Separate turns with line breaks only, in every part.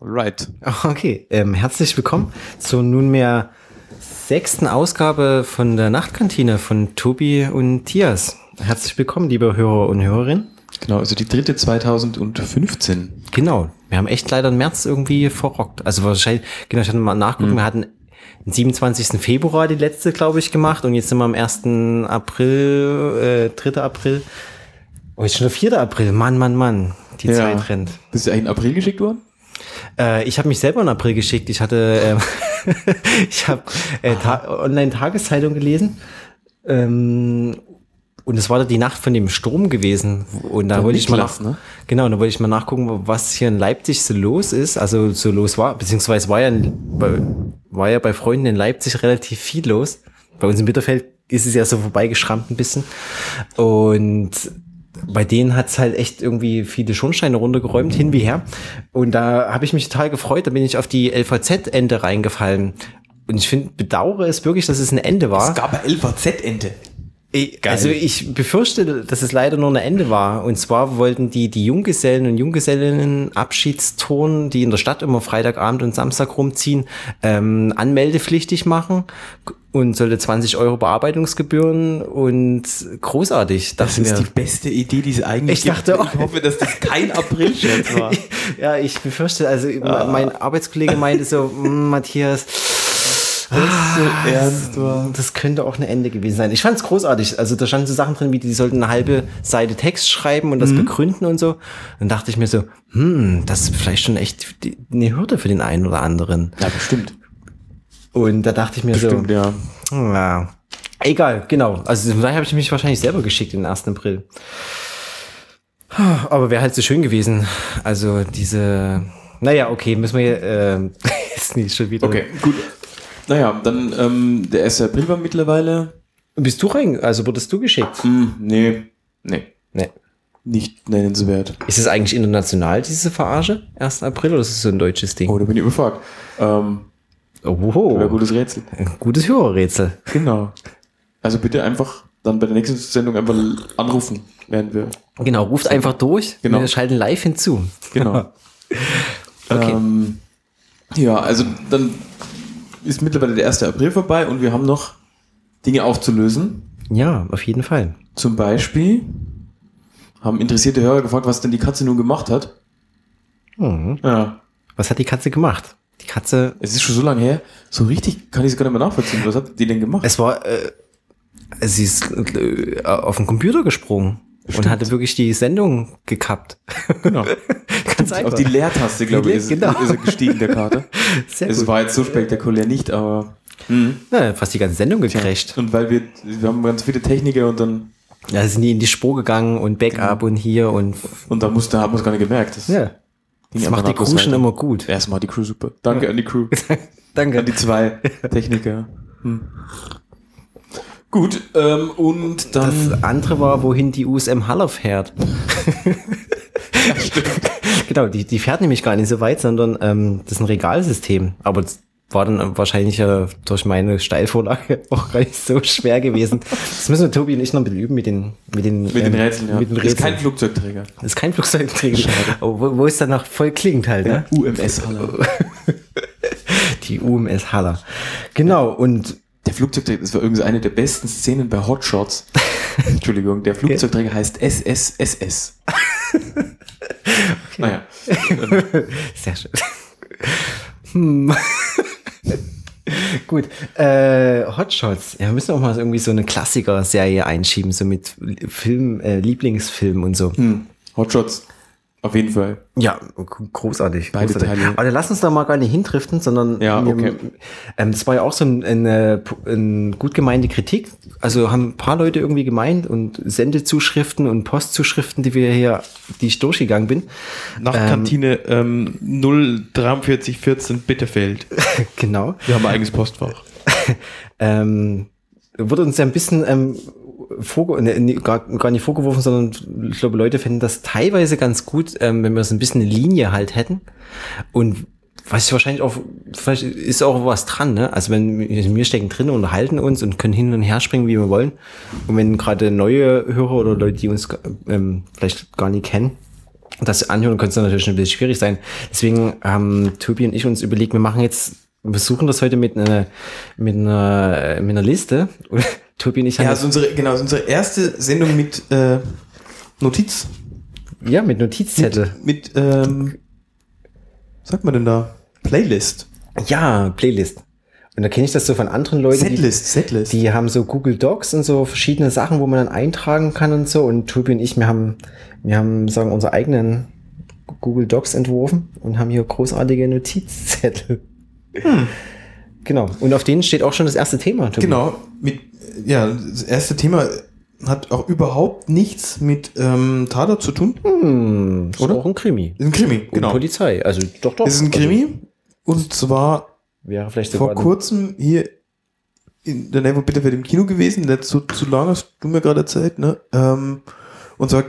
Right.
Okay, ähm, herzlich willkommen zur nunmehr sechsten Ausgabe von der Nachtkantine von Tobi und Tias. Herzlich willkommen, liebe Hörer und Hörerinnen.
Genau, also die dritte 2015.
Genau, wir haben echt leider im März irgendwie verrockt. Also wahrscheinlich, genau, ich hatte mal nachgucken, wir hatten den 27. Februar die letzte, glaube ich, gemacht und jetzt sind wir am 1. April, äh, 3. April. Oh, jetzt schon der 4. April. Mann, Mann, Mann. Die Zeit rennt.
Bist du eigentlich in April geschickt worden?
Äh, ich habe mich selber in April geschickt. Ich hatte, ähm, ich habe äh, Ta- Online-Tageszeitung gelesen. Ähm, und es war da die Nacht von dem Sturm gewesen. Und da
Von
wollte ich mal
Niklas,
nach,
ne?
genau, und da wollte ich mal nachgucken, was hier in Leipzig so los ist. Also so los war, beziehungsweise war ja, in, bei, war ja bei Freunden in Leipzig relativ viel los. Bei uns in Bitterfeld ist es ja so vorbeigeschrammt ein bisschen. Und bei denen hat's halt echt irgendwie viele Schornsteine runtergeräumt, hin wie her. Und da habe ich mich total gefreut, da bin ich auf die LVZ-Ente reingefallen. Und ich finde, bedauere es wirklich, dass es ein Ende war.
gab eine LVZ-Ente.
Ich- Also ich befürchte, dass es leider nur ein Ende war. Und zwar wollten die, die Junggesellen und Junggesellinnen Abschiedstouren, die in der Stadt immer Freitagabend und Samstag rumziehen, ähm, anmeldepflichtig machen und sollte 20 Euro Bearbeitungsgebühren und großartig.
Das ist die beste Idee, die es eigentlich
Ich dachte
gibt.
auch.
Ich hoffe, dass das kein April-Scherz war.
ja, ich befürchte, also mein Arbeitskollege meinte so, "Mm, Matthias,
Ernst war.
Das könnte auch ein Ende gewesen sein. Ich fand es großartig. Also da standen so Sachen drin, wie die sollten eine halbe Seite Text schreiben und das begründen und so. Dann dachte ich mir so, hm, das ist vielleicht schon echt die- eine Hürde für den einen oder anderen.
Ja, bestimmt.
Und da dachte ich mir
Bestimmt, ja.
so, ja. egal, genau. Also vielleicht habe ich mich wahrscheinlich selber geschickt den 1. April. Aber wäre halt so schön gewesen. Also diese, naja, okay, müssen wir äh, jetzt nicht schon wieder.
Okay, gut. Naja, dann ähm, der 1. April war mittlerweile.
Bist du rein, also wurdest du geschickt?
Hm, nee, nee,
Nee.
nicht nennenswert.
Ist es eigentlich international, diese Verarsche? 1. April oder ist es so ein deutsches Ding?
Oh, da bin ich überfragt. Ähm, wäre ein
Oho,
gutes Rätsel.
gutes Hörerrätsel.
Genau. Also bitte einfach dann bei der nächsten Sendung einfach anrufen, während wir.
Genau, ruft einfach durch.
Genau.
Wir schalten live hinzu.
Genau.
Okay.
Ähm, ja, also dann ist mittlerweile der 1. April vorbei und wir haben noch Dinge aufzulösen.
Ja, auf jeden Fall.
Zum Beispiel haben interessierte Hörer gefragt, was denn die Katze nun gemacht hat.
Hm.
Ja.
Was hat die Katze gemacht? Die Katze,
Es ist schon so lange her, so richtig kann ich es gar nicht mehr nachvollziehen. Was hat die denn gemacht?
es war, äh, sie ist äh, auf den Computer gesprungen und hatte wirklich die Sendung gekappt.
genau.
Ganz einfach.
Auf die Leertaste, glaube ich, ist,
Genau.
ist er gestiegen, der Kater.
Sehr
es
gut.
war jetzt so spektakulär nicht, aber. Mhm.
Na, fast die ganze Sendung gekriegt.
Und weil wir, wir haben ganz viele Techniker und dann,
Ja, sie sind in die Spur gegangen und
Genau.
Backup und hier und
und da musste, haben wir es gar nicht gemerkt. Das
ja.
ging
Das
einfach
macht die
nahtlos
Crew schon
weiter.
immer gut.
Erstmal die Crew super. Danke an die Crew.
Danke.
an die zwei Techniker. Hm. Gut, ähm, und dann.
Das andere war, wohin die USM Haller fährt. genau, die, die fährt nämlich gar nicht so weit, sondern ähm, das ist ein Regalsystem. Aber das war dann wahrscheinlich äh, durch meine Steilvorlage auch gar nicht so schwer gewesen. Das müssen wir Tobi und ich noch ein bisschen üben mit den, mit den, ähm,
mit den Rätseln, ja.
Mit den
Ist kein
Rätseln.
Flugzeugträger.
Das ist kein Flugzeugträger. Aber Wo, wo es danach voll klingt halt, ne?
UMS Halle.
Die UMS Haller. Genau, und
Der Flugzeugträger, das war irgendwie so eine der besten Szenen bei Hot Shots. Entschuldigung, der Flugzeugträger heißt SSSS. Naja.
Sehr schön. Hm. Gut, äh, Hot Shots. Ja, wir müssen auch mal irgendwie so eine Klassiker-Serie einschieben, so mit Film, äh, Lieblingsfilmen und so.
Hm. Hot Shots. Auf jeden Fall.
Ja, g- großartig.
Beide
großartig.
Teile.
Aber dann lass uns da mal gar nicht hintriften, sondern
Ja,
wir-
okay.
ähm, das war ja auch so ein- eine, eine gut gemeinte Kritik. Also haben ein paar Leute irgendwie gemeint und Sendezuschriften und Postzuschriften, die wir hier, die ich durchgegangen bin. Ähm,
Nachtkantine ähm, 04314 Bitterfeld.
genau.
Wir haben ein eigenes Postfach.
ähm, wurde uns ja ein bisschen ähm, vorge ne, ne, gar, gar nicht vorgeworfen, sondern ich glaube, Leute fänden das teilweise ganz gut, ähm, wenn wir so ein bisschen eine Linie halt hätten. Und was ich wahrscheinlich auch, vielleicht ist auch was dran, ne? Also wenn wir wir stecken drin, unterhalten uns und können hin und her springen, wie wir wollen. Und wenn gerade neue Hörer oder Leute, die uns ähm, vielleicht gar nicht kennen, das anhören könnte es natürlich ein bisschen schwierig sein. Deswegen haben Tobi und ich uns überlegt, wir machen jetzt, wir suchen das heute mit einer, mit einer, mit einer Liste. Und Tobi und ich haben
Ja,
das-
also unsere, genau, also unsere erste Sendung mit äh, Notiz.
ja, mit Notizzettel.
Mit, ähm, was sagt man denn da? Playlist.
Ja, Playlist. Und da kenne ich das so von anderen Leuten. die-
Setlist, Setlist.
Die haben so Google Docs und so verschiedene Sachen, wo man dann eintragen kann und so. Und Tobi und ich, wir haben, wir haben sagen, unsere eigenen Google Docs entworfen und haben hier großartige Notizzettel. Genau. Und auf denen steht auch schon das erste Thema.
Hm.
Tobi.
Genau, mit, ja, das erste Thema hat auch überhaupt nichts mit ähm, Tatort zu tun.
Hm, ist
Oder?
Auch ein Krimi.
Ist ein Krimi,
Genau. Und
genau.
Polizei. Also doch, doch.
Ist ein Krimi und zwar
Also, wäre vielleicht sogar
vor kurzem hier in der Nähe von Bitterfeld im Kino gewesen, nicht so zu lange, hast du mir gerade erzählt, ne? Ähm, und zwar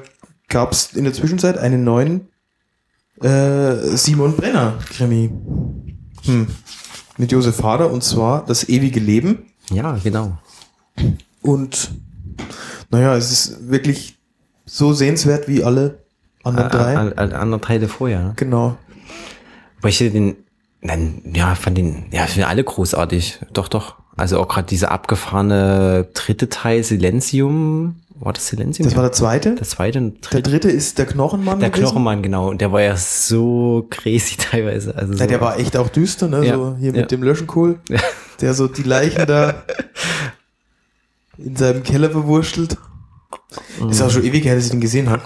gab es in der Zwischenzeit einen neuen äh, Simon Brenner Krimi. Hm. Mit Josef Hader und zwar Das ewige Leben.
Ein, ja, genau.
Und naja, es ist wirklich so sehenswert wie alle anderen drei.
An- an- Andere Teile vorher. Ne?
genau.
Weil ich den, nein, ja, fand den, ja, ich finde alle großartig. Doch, doch. Also auch gerade diese abgefahrene dritte Teil, Silenzium. War das Silenzium?
Das war der zweite.
der zweite und
der
dritte.
dritte ist der Knochenmann.
Der
gewesen.
Knochenmann, genau. Und der war ja so crazy teilweise. Also so,
Ja, der war echt auch düster, ne?
Ja,
So hier
ja.
mit dem Löschenkohl, der so die Leichen da in seinem Keller verwurschtelt.
Mhm.
Ist auch schon ewig her, dass ich den gesehen habe.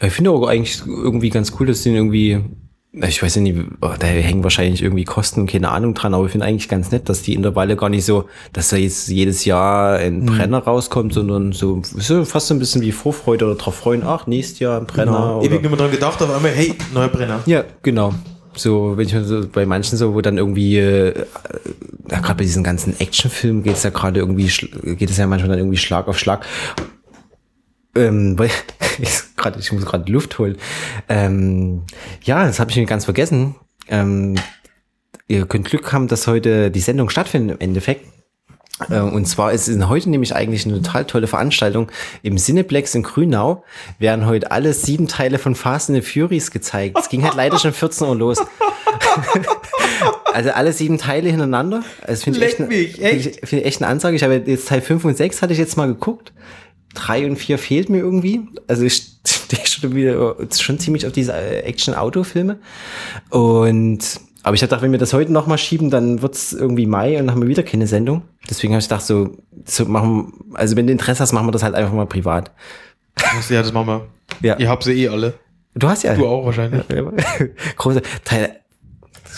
ich finde auch eigentlich irgendwie ganz cool, dass den irgendwie, ich weiß ja nicht, oh, da hängen wahrscheinlich irgendwie Kosten und keine Ahnung dran, aber ich finde eigentlich ganz nett, dass die Intervalle gar nicht so, dass da jetzt jedes Jahr
Mhm.
ein Brenner rauskommt, sondern so, so fast so ein bisschen wie Vorfreude oder drauf freuen, ach, nächstes Jahr ein Brenner.
Genau.
Ah, Oder,
Ewig nicht mehr dran gedacht, auf einmal, hey, neuer Brenner.
Ja, genau. So, wenn ich mir so bei manchen so, wo dann irgendwie, äh, äh, ja, gerade bei diesen ganzen Actionfilmen geht's ja gerade irgendwie, schl- geht es ja manchmal dann irgendwie Schlag auf Schlag. Ähm, weil ich, grad, ich muss gerade Luft holen. Ähm, ja, das habe ich mir ganz vergessen. Ähm, ihr könnt Glück haben, dass heute die Sendung stattfindet im Endeffekt. Äh, Und zwar ist in heute nämlich eigentlich eine total tolle Veranstaltung. Im Cineplex in Grünau werden heute alle sieben Teile von Fast and the Furies gezeigt. Es ging halt leider schon 14 Uhr los. also alle sieben Teile hintereinander. Das finde ich,
Leck
echt eine-
mich,
finde ich, finde ich echt eine Ansage. Ich habe jetzt Teil 5 und 6 hatte ich jetzt mal geguckt. Drei und vier fehlt mir irgendwie. Also ich stehe schon wieder schon ziemlich auf diese äh, Action-Auto-Filme. Und aber ich habe gedacht, wenn wir das heute noch mal schieben, dann wird's irgendwie Mai und dann haben wir wieder keine Sendung. Deswegen habe ich gedacht, so, so machen, also wenn du Interesse hast, machen wir das halt einfach mal privat.
Ja, das machen wir.
Ja.
Ihr habt sie eh alle.
Du hast ja
Du auch wahrscheinlich.
große Teil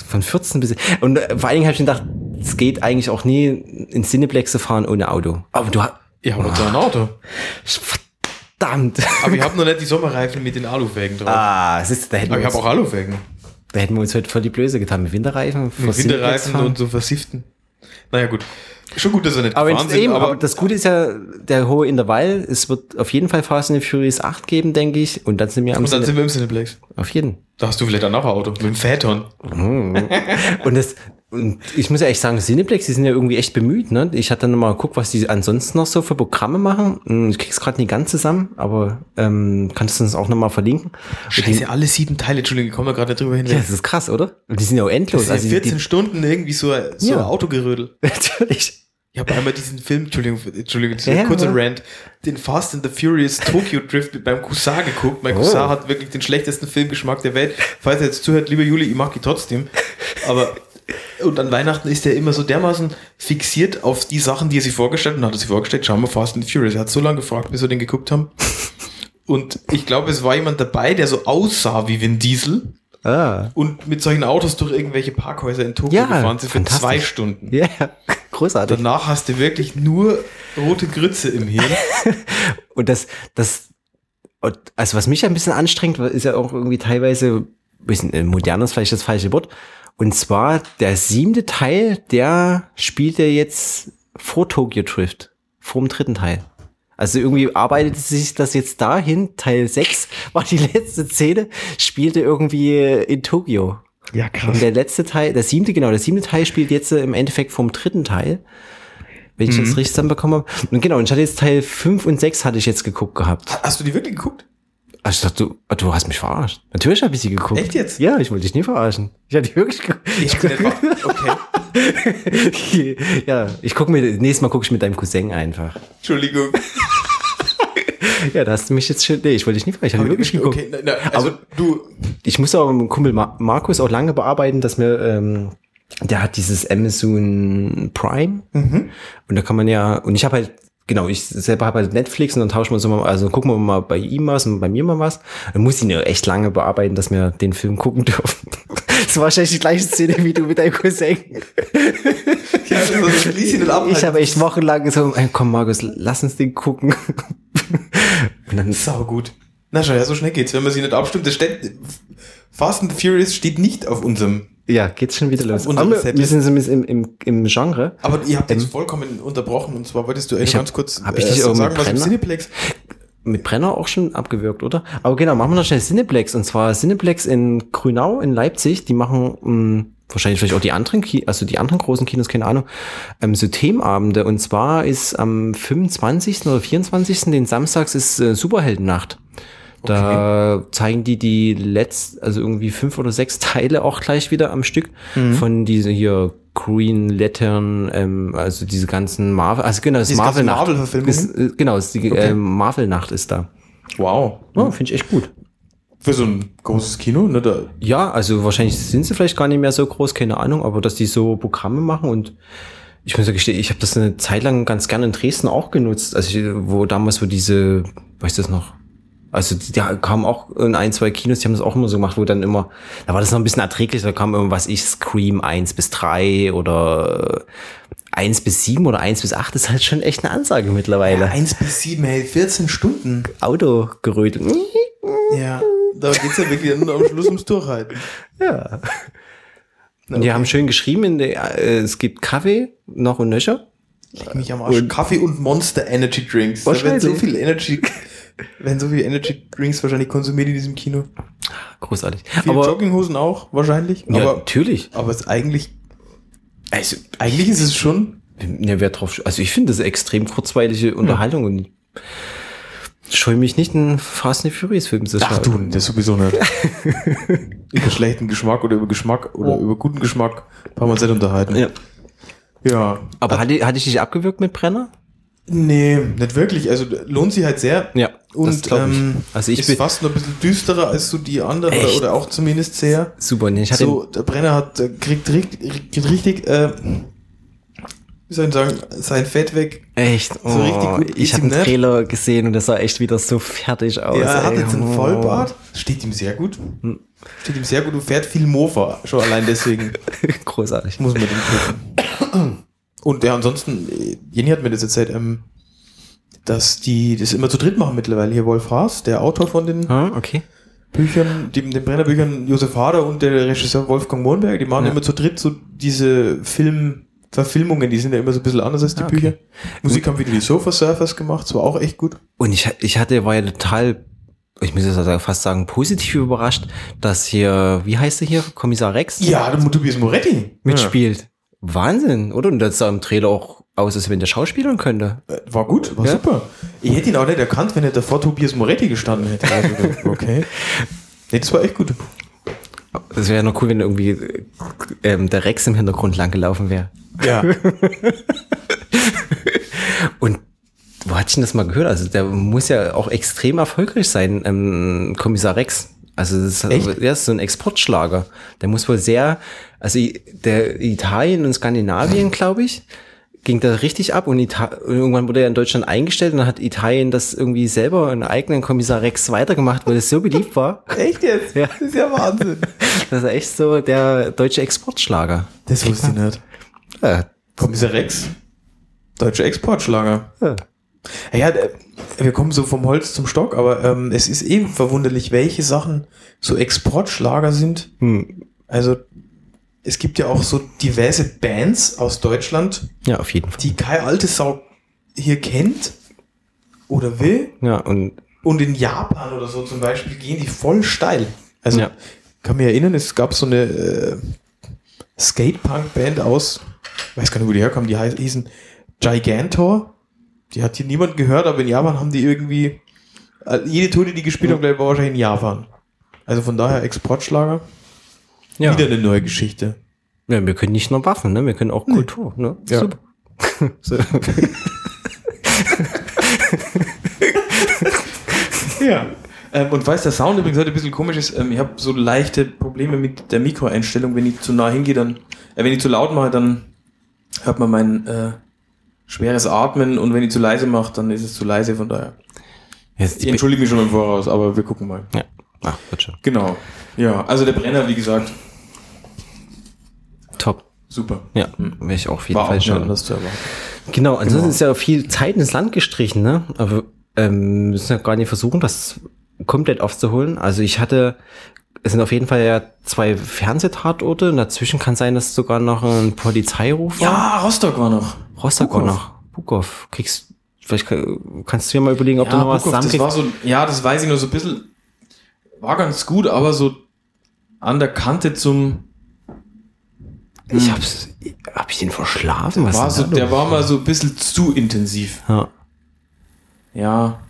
von 14 bis und äh, vor allen Dingen habe ich gedacht, es geht eigentlich auch nie ins Cineplex zu fahren ohne Auto. Aber du hast
Ihr habt doch ein
Ah.
Auto.
verdammt.
Aber ich habe noch nicht die Sommerreifen mit den Alufelgen drauf.
Ah, siehst du, da hätten,
Aber ich
wir
habe auch
uns,
Alufelgen.
da hätten wir uns heute voll die Blöße getan mit Winterreifen.
Mit
vors Cineplex
Winterreifen
fahren.
und so versifften. Naja, gut. Schon gut, dass er nicht
Aber,
gefahren
wenn's
sind,
eben, aber
aber
das Gute ist ja der hohe Intervall. Es wird auf jeden Fall Fast and the Furious 8 geben, denke ich. Und dann sind wir am
Und dann
Cine-
sind wir im Cineplex.
Auf jeden.
Da hast du vielleicht dann auch ein Auto. Mit dem Phaeton.
Und das und ich muss ja echt sagen, Cineplex, die sind ja irgendwie echt bemüht. Ne? Ich hatte dann mal geguckt, was die ansonsten noch so für Programme machen. Hm, Ich krieg's gerade nicht ganz zusammen, aber ähm, kannst du uns auch nochmal verlinken? Und
Scheiße, alle sieben Teile. Entschuldigung, ich komme gerade nicht drüber
Die, ja,
hinweg.
das ist krass, oder? Und die sind ja auch endlos.
Das
Also
sind
die,
14
die,
Stunden irgendwie so, so
Ja.
ein Autogerödel.
natürlich.
Ich habe einmal diesen Film, Entschuldigung, Entschuldigung,
Ja, ja,
kurzer
aber-
Rant, den Fast and the Furious Tokyo Drift mit meinem Cousin geguckt. Mein Cousin
Oh.
hat wirklich den schlechtesten Filmgeschmack der Welt. Falls er jetzt zuhört, lieber Juli, ich mag ihn trotzdem. Aber und an Weihnachten ist er immer so dermaßen fixiert auf die Sachen, die er sich vorgestellt hat. Und hat er sich vorgestellt, schauen wir Fast and the Furious. Er hat so lange gefragt, bis wir den geguckt haben. Und ich glaube, es war jemand dabei, der so aussah wie Vin Diesel
Ah.
und mit solchen Autos durch irgendwelche Parkhäuser in Tokio
Ja,
gefahren sind für
fantastisch.
zwei Stunden.
Ja, großartig.
Danach hast du wirklich nur rote Grütze im Hirn.
Und das, das, und also was mich ja ein bisschen anstrengt, ist ja auch irgendwie teilweise, bisschen äh, modern ist vielleicht das falsche Wort. Und zwar der siebte Teil, der spielt ja jetzt vor Tokyo Drift, vor dem dritten Teil. Also irgendwie arbeitet sich das jetzt dahin. Teil 6 war die letzte Szene, spielte irgendwie äh, in Tokio.
Ja,
Und
krass.
der letzte Teil, der siebte, genau, der siebte Teil spielt jetzt äh, im Endeffekt vom dritten Teil. Wenn ich
Mhm.
das richtig zusammenbekommen habe. Und genau, und ich hatte jetzt Teil 5 und 6 hatte ich jetzt geguckt gehabt.
Hast du die wirklich geguckt?
Also ich dachte, du, du hast mich verarscht. Natürlich habe ich sie geguckt.
Echt jetzt?
Ja, ich wollte dich nie verarschen. Ich habe die wirklich geguckt.
Ich hab sie nicht ver- okay,
ja, ich gucke mir, nächstes Mal gucke ich mit deinem Cousin einfach.
Entschuldigung.
Ja, da hast du mich jetzt schon, nee, ich wollte dich nie verarschen. Ich habe die wirklich geguckt.
Okay, na, na, also
Aber-
du,
ich musste auch mit dem Kumpel Mar Markus auch lange bearbeiten, dass mir, ähm, der hat dieses Amazon Prime und da kann man ja, und ich habe halt, genau, ich selber habe halt Netflix und dann tauschen wir uns immer, also gucken wir mal bei ihm was und bei mir mal was. Dann musste ich ihn ja echt lange bearbeiten, dass wir den Film gucken dürfen. Das war wahrscheinlich die gleiche Szene wie du mit deinem Cousin.
ja, also, ließ ihn nicht ab.
Ich habe echt wochenlang so, ey, komm Markus, lass uns den gucken. Und dann
Sau gut. Na schau, ja, so schnell geht's, wenn man sie nicht abstimmt. Das steht, Fast and the Furious steht nicht auf unserem.
Ja, geht's schon wieder los.
Auf unserem
Aber
Setlist.
wir sind so ein bisschen im, im, im Genre.
Aber ihr habt jetzt vollkommen unterbrochen und zwar wolltest du eigentlich
Mhm. Ich hab-
ganz kurz
hab ich dich
so
irgendwie
sagen, was im
Brenner?
Cineplex.
Mit Brenner auch schon abgewürgt, oder? Aber genau, machen wir noch schnell Cineplex. Und zwar Cineplex in Grünau in Leipzig. Die machen mh, wahrscheinlich vielleicht auch die anderen, Ki also die anderen großen Kinos, keine Ahnung, ähm, so Themenabende. Und zwar ist am 25. oder 24. den Samstags ist äh, Superheldennacht. Da zeigen die die letzten, also irgendwie fünf oder sechs Teile auch gleich wieder am Stück
Mhm.
von diese hier Green Lantern, ähm, also diese ganzen Marvel, also genau, das
Diese ganzen
Marvel-Nacht.
Marvel-Verfilmungen?
Ist, äh, Genau, ist die äh, Marvel-Nacht ist da.
Wow.
Oh, Finde ich echt gut.
Für so ein großes Kino, ne? Da,
Ja, also wahrscheinlich sind sie vielleicht gar nicht mehr so groß, keine Ahnung, aber dass die so Programme machen und ich muss ja gestehen, ich habe das eine Zeit lang ganz gerne in Dresden auch genutzt, also ich, wo damals wo diese, weiß das noch, also die- da kamen auch in ein, zwei Kinos, die haben das auch immer so gemacht, wo dann immer, da war das noch ein bisschen erträglich, da kam irgendwas, ich Scream 1 bis 3 oder 1 bis 7 oder 1 bis 8 ist halt schon echt eine Ansage mittlerweile.
Eins bis sieben, hey, 14 Stunden.
Autogerödel.
Ja. Da geht's ja wirklich nur am Schluss ums Durchhalten.
Und die haben schön geschrieben, in der, äh, es gibt Kaffee, noch und nöcher.
Leck mich am Arsch. Kaffee und Monster Energy Drinks. Da werden
Wahrscheinlich.
so viel Energy, werden so viel Energy Drinks wahrscheinlich konsumiert in diesem Kino.
Großartig.
Viele
aber
Jogginghosen auch, wahrscheinlich.
ja,
aber,
natürlich.
aber es eigentlich, also, eigentlich ist es schon,
Ja, wer drauf, also ich finde das extrem kurzweilige
Hm.
Unterhaltung und scheue mich nicht, einen Fast and Furious Film zu schauen.
Ach du, das sowieso nicht. über schlechten Geschmack oder über Geschmack oder über guten Geschmack haben wir uns nicht unterhalten.
Ja.
Ja.
Aber hatte, hatte ich dich abgewürgt mit Brenner?
Nee, nicht wirklich. Also lohnt sich halt sehr.
Ja, das
Und
glaub ich.
Ähm,
Also ich
ist
bin-
fast noch ein bisschen düsterer als so die andere
Echt?
oder auch zumindest sehr.
Super, nee, ich hatte,
So, der Brenner hat, äh, kriegt, richtig- kriegt richtig, äh, wie soll ich sagen, sein Fett weg.
echt, oh,
richtig gut geht's
ich habe
ihm
einen
nicht.
Trailer gesehen und das sah echt wieder so fertig aus.
Ja, er hat
ey.
jetzt einen
Oh.
Vollbart. Steht ihm sehr gut.
Hm.
Steht ihm sehr gut und fährt viel Mofa. Schon allein deswegen.
Großartig.
Muss man den gucken. Und ja, ansonsten, äh, Jenny hat mir das erzählt, ähm, dass die das immer zu dritt machen mittlerweile. Hier Wolf Haas, der Autor von den
Hm, okay.
Büchern, dem, den Brennerbüchern Josef Hader und der Regisseur Wolfgang Mohnberg, die machen
Ja.
immer zu dritt so diese Filmverfilmungen, die sind ja immer so ein bisschen anders als die
Ah, okay.
Bücher. Musik haben wieder die Sofa Surfers gemacht, das war auch echt gut.
Und ich, ich hatte, war ja total, ich muss jetzt also fast sagen, positiv überrascht, dass hier, wie heißt er hier, Kommissar Rex
Ja, der Tobias Moretti.
mitspielt. Wahnsinn, oder? Und das sah im Trailer auch aus, als wenn der Schauspielern könnte.
Ja. Äh, War gut, war
Ja.
super. Ich hätte ihn auch nicht erkannt, wenn er davor Tobias Moretti gestanden hätte. Also, okay. Nee, das war echt gut.
Das wäre ja noch cool, wenn irgendwie äh, ähm, der Rex im Hintergrund langgelaufen wäre.
Ja.
Und wo hatte ich denn das mal gehört? Also der muss ja auch extrem erfolgreich sein, ähm, Kommissar Rex. Also das ist,
Echt?
der ist so ein Exportschlager. Der muss wohl sehr, also i- der Italien und Skandinavien, glaube ich, ging da richtig ab und Ita irgendwann wurde er in Deutschland eingestellt und dann hat Italien das irgendwie selber in eigenen Kommissar Rex weitergemacht, weil es so beliebt war.
Echt jetzt?
Ja.
Das ist ja Wahnsinn.
Das ist echt so der deutsche Exportschlager.
Das wusste ich nicht.
Ja,
Kommissar Rex, deutsche Exportschlager.
ja.
Ja, d- wir kommen so vom Holz zum Stock, aber ähm, es ist eben verwunderlich, welche Sachen so Exportschlager sind.
Hm.
Also es gibt ja auch so diverse Bands aus Deutschland,
ja auf jeden Fall.
die keine alte Sau hier kennt oder will.
Ja, und
Und in Japan oder so zum Beispiel gehen die voll steil. Also
Ja.
kann mich erinnern, es gab so eine äh, Skatepunk-Band aus, weiß gar nicht, wo die herkamen, die heiß- hießen Gigantor. Die hat hier niemand gehört, aber in Japan haben die irgendwie
Äh, Jede Tour, die die gespielt haben, war wahrscheinlich in Japan. Also von daher Exportschlager.
Ja.
Wieder eine neue Geschichte.
ja, wir können nicht nur Waffen, ne? Wir können auch Kultur, ne?
Ja.
Super. so.
Ja.
Ähm, und falls der Sound übrigens heute ein bisschen komisch ist, ähm, ich habe so leichte Probleme mit der Mikroeinstellung. Wenn ich zu nah hingehe, dann, äh, wenn ich zu laut mache, dann hört man mein äh, schweres Atmen und wenn ich zu leise mache, dann ist es zu leise. Von daher,
Jetzt
ich entschuldige mich schon mal im Voraus, aber wir gucken mal.
ja. Ah, wird schon.
Genau. Ja, also der Brenner, wie gesagt,
Top.
super.
Ja, wäre ich auch auf jeden
War
Fall
auch schon
schon.
anders zu erwarten.
Genau, ansonsten ist ja viel Zeit ins Land gestrichen, ne? Aber ähm, wir müssen ja gar nicht versuchen, das komplett aufzuholen. Also ich hatte, es sind auf jeden Fall ja zwei Fernsehtatorte und dazwischen kann sein, dass sogar noch ein Polizeiruf war.
Ja, Rostock war noch.
Rostock auch
Bukow.
noch. Bukow. Kriegst, vielleicht kann, kannst du dir mal überlegen, ob du noch was
Bukow, das war
zusammenkriegst.
so, ja, das weiß ich nur so ein bisschen. War ganz gut, aber so an der Kante zum
Ich hab's, hab ich den verschlafen? Was
war
ist
so,
denn da
der
los?
war mal so ein bisschen zu intensiv.
Ja.
Ja.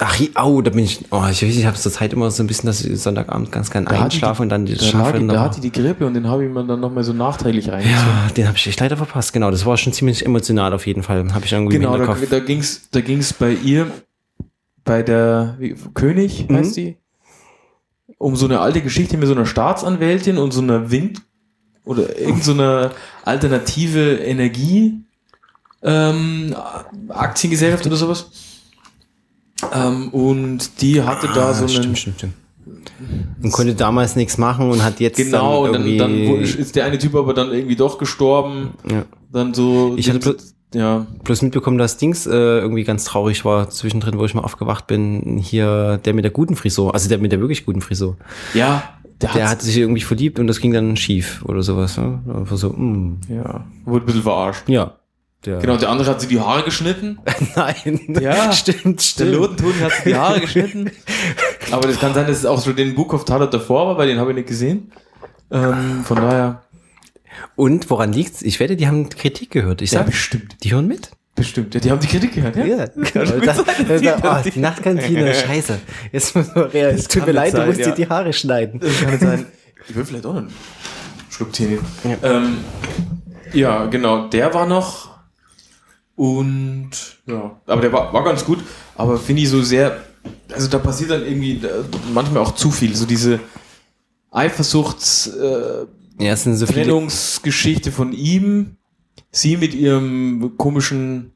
Ach, je- au, da bin ich, oh, ich, weiß, ich habe zur Zeit immer so ein bisschen, dass ich Sonntagabend ganz gerne
hat die-
einschlafe und dann die
Da, lag,
Schafe
da hatte ich die Grippe und den habe ich mir dann nochmal so nachträglich reingezogen.
Ja, den habe ich echt leider verpasst. Genau, das war schon ziemlich emotional auf jeden Fall. Habe ich irgendwie
genau,
im
da,
Hinterkopf.
da ging es da ging's bei ihr, bei der wie, König
Mhm.
heißt die, um so eine alte Geschichte mit so einer Staatsanwältin und so einer Wind- oder irgendeiner alternative Energie ähm, Aktiengesellschaft oder sowas. Ähm, und die hatte da so
Ah,
einen
stimmt, stimmt, stimmt. Und konnte damals nichts machen und hat jetzt
Genau,
dann
und dann,
irgendwie...
dann wurde- ist der eine Typ aber dann irgendwie doch gestorben.
ja.
Dann so.
Ich hatte bloß-
ja.
bloß mitbekommen, dass Dings äh, irgendwie ganz traurig war zwischendrin, wo ich mal aufgewacht bin. Hier der mit der guten Frisur, also der mit der wirklich guten Frisur.
Ja, der,
Der
hat's-
hat sich irgendwie verliebt und das ging dann schief oder sowas. Ne? Einfach so, mm,
Ja, wurde ein bisschen verarscht.
ja. Der,
Genau, der andere hat sie die Haare geschnitten.
Nein.
Ja.
stimmt,
Der
stimmt.
Lotentun hat sie die Haare geschnitten. Aber das kann sein, dass es auch so den Book of Talot davor war, weil den habe ich nicht gesehen. Ähm, von daher.
Und woran liegt's? Ich wette, die haben Kritik gehört. Ich sag,
bestimmt.
die hören mit.
Bestimmt. Ja, die haben die Kritik gehört, ja?
genau.
schon
Das,
gesagt,
das,
die-
ah, die Nachtkantine, scheiße. Jetzt müssen wir real. Tut
kann
mir
nicht
leid, du
sein,
musst
ja.
dir die Haare schneiden.
Das kann nicht sein. Ich will vielleicht auch einen Schluck Tee nehmen. Ja. Ähm, ja, genau. Der war noch. Und ja, aber der war, war ganz gut. Aber finde ich so sehr. Also da passiert dann irgendwie äh, manchmal auch zu viel. So diese Eifersuchts. Äh,
Ja, es sind so viele.
Trennungsgeschichte von ihm, sie mit ihrem komischen,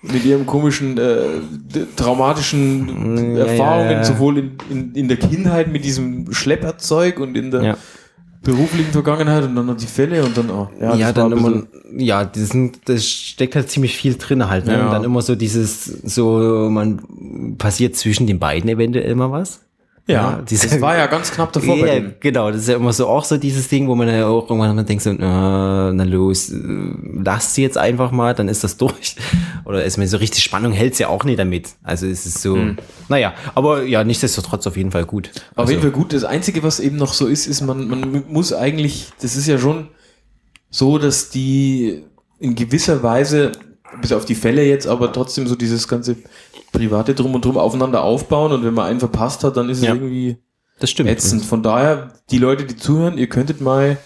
mit ihrem komischen, äh, d- traumatischen
Mm, ja,
Erfahrungen,
ja, ja.
sowohl in, in, in der Kindheit mit diesem Schlepperzeug und in der
Ja.
beruflichen Vergangenheit und dann noch die Fälle und dann, oh,
Ja,
das
dann
war ein
immer,
bisschen-
ja, das, sind, das steckt halt ziemlich viel drin halt. Ne?
Ja.
Und dann immer so dieses, so, man passiert zwischen den beiden eventuell immer was.
ja,
ja, diese-
das war ja ganz knapp davor bei
Ja,
dem.
genau, das ist ja immer so auch so dieses Ding, wo man ja auch irgendwann mal denkt so, äh, na los, äh, lass sie jetzt einfach mal, dann ist das durch. Oder ist mir so richtig Spannung hält's ja auch nicht damit. Also es ist so, naja, aber ja, nichtsdestotrotz auf jeden Fall gut.
Hm. Auf
also,
jeden Fall gut. Das Einzige, was eben noch so ist, ist, man, man muss eigentlich, das ist ja schon so, dass die in gewisser Weise, bis auf die Fälle jetzt, aber trotzdem so dieses ganze private Drum und Drum aufeinander aufbauen und wenn man einen verpasst hat, dann ist es
Ja.
irgendwie
das stimmt.
ätzend. Von daher, die Leute, die zuhören, ihr könntet mal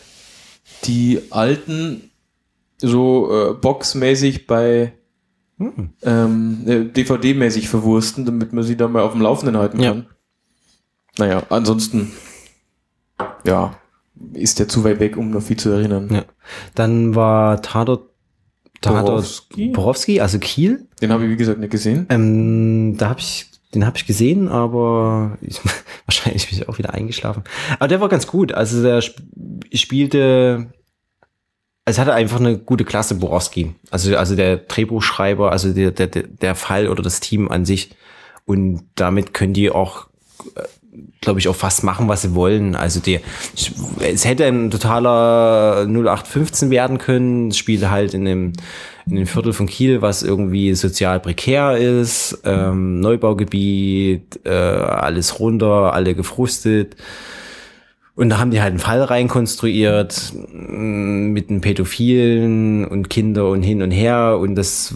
die alten so äh, boxmäßig bei
Hm.
ähm, äh, DVD-mäßig verwursten, damit man sie dann mal auf dem Laufenden halten
Ja.
kann. Naja, ansonsten ja, ist der zu weit weg, um noch viel zu erinnern.
Ja. Dann war Tatort, Tatort
Borowski?
Borowski, also Kiel.
Den habe ich, wie gesagt, nicht gesehen.
Ähm, da habe ich, den habe ich gesehen, aber ich, wahrscheinlich bin ich auch wieder eingeschlafen. Aber der war ganz gut. Also der sp spielte, also es hatte einfach eine gute Klasse Borowski. Also also der Drehbuchschreiber, also der der der- der Fall oder das Team an sich. Und damit können die auch glaube ich, auch fast machen, was sie wollen. Also die, es hätte ein totaler 0815 werden können. Es spielt halt in dem, in dem Viertel von Kiel, was irgendwie sozial prekär ist, ähm, Neubaugebiet, äh, alles runter, alle gefrustet. Und da haben die halt einen Fall reinkonstruiert mm, mit einem Pädophilen und Kinder und hin und her. Und das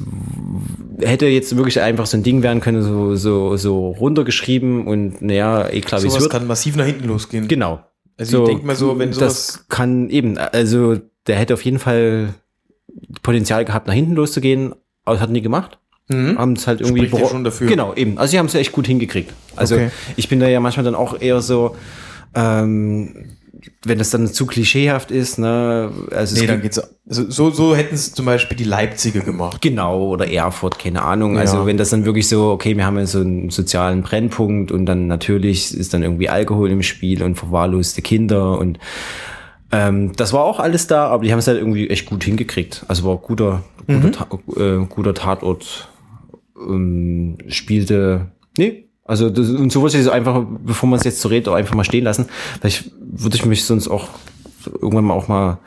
hätte jetzt wirklich einfach so ein Ding werden können, so, so, so runtergeschrieben und naja, eh klar, wie es
Sowas
wird.
kann massiv nach hinten losgehen.
Genau.
Also ich denk mal so, wenn sowas-
Das kann eben, also der hätte auf jeden Fall Potenzial gehabt, nach hinten loszugehen, aber das hatten die gemacht.
Hm?
Haben es halt irgendwie
Spricht ja
bero-
schon dafür.
Genau, eben. Also sie haben es echt gut hingekriegt. Also
Okay.
ich bin da ja manchmal dann auch eher so, ähm, wenn das dann zu klischeehaft ist, ne, also es
Nee, dann
gibt-
geht's. Also so, so hätten es zum Beispiel die Leipziger gemacht.
Genau, oder Erfurt, keine Ahnung. Also wenn das dann wirklich so, okay, wir haben jetzt so einen sozialen Brennpunkt und dann natürlich ist dann irgendwie Alkohol im Spiel und verwahrloste Kinder und ähm, das war auch alles da, aber die haben es halt irgendwie echt gut hingekriegt. Also war guter, guter, Ta äh, guter Tatort, ähm, spielte, nee, also das, und so wollte ich es einfach, bevor man es jetzt so redet, auch einfach mal stehen lassen. Vielleicht würde ich mich sonst auch irgendwann mal auch mal,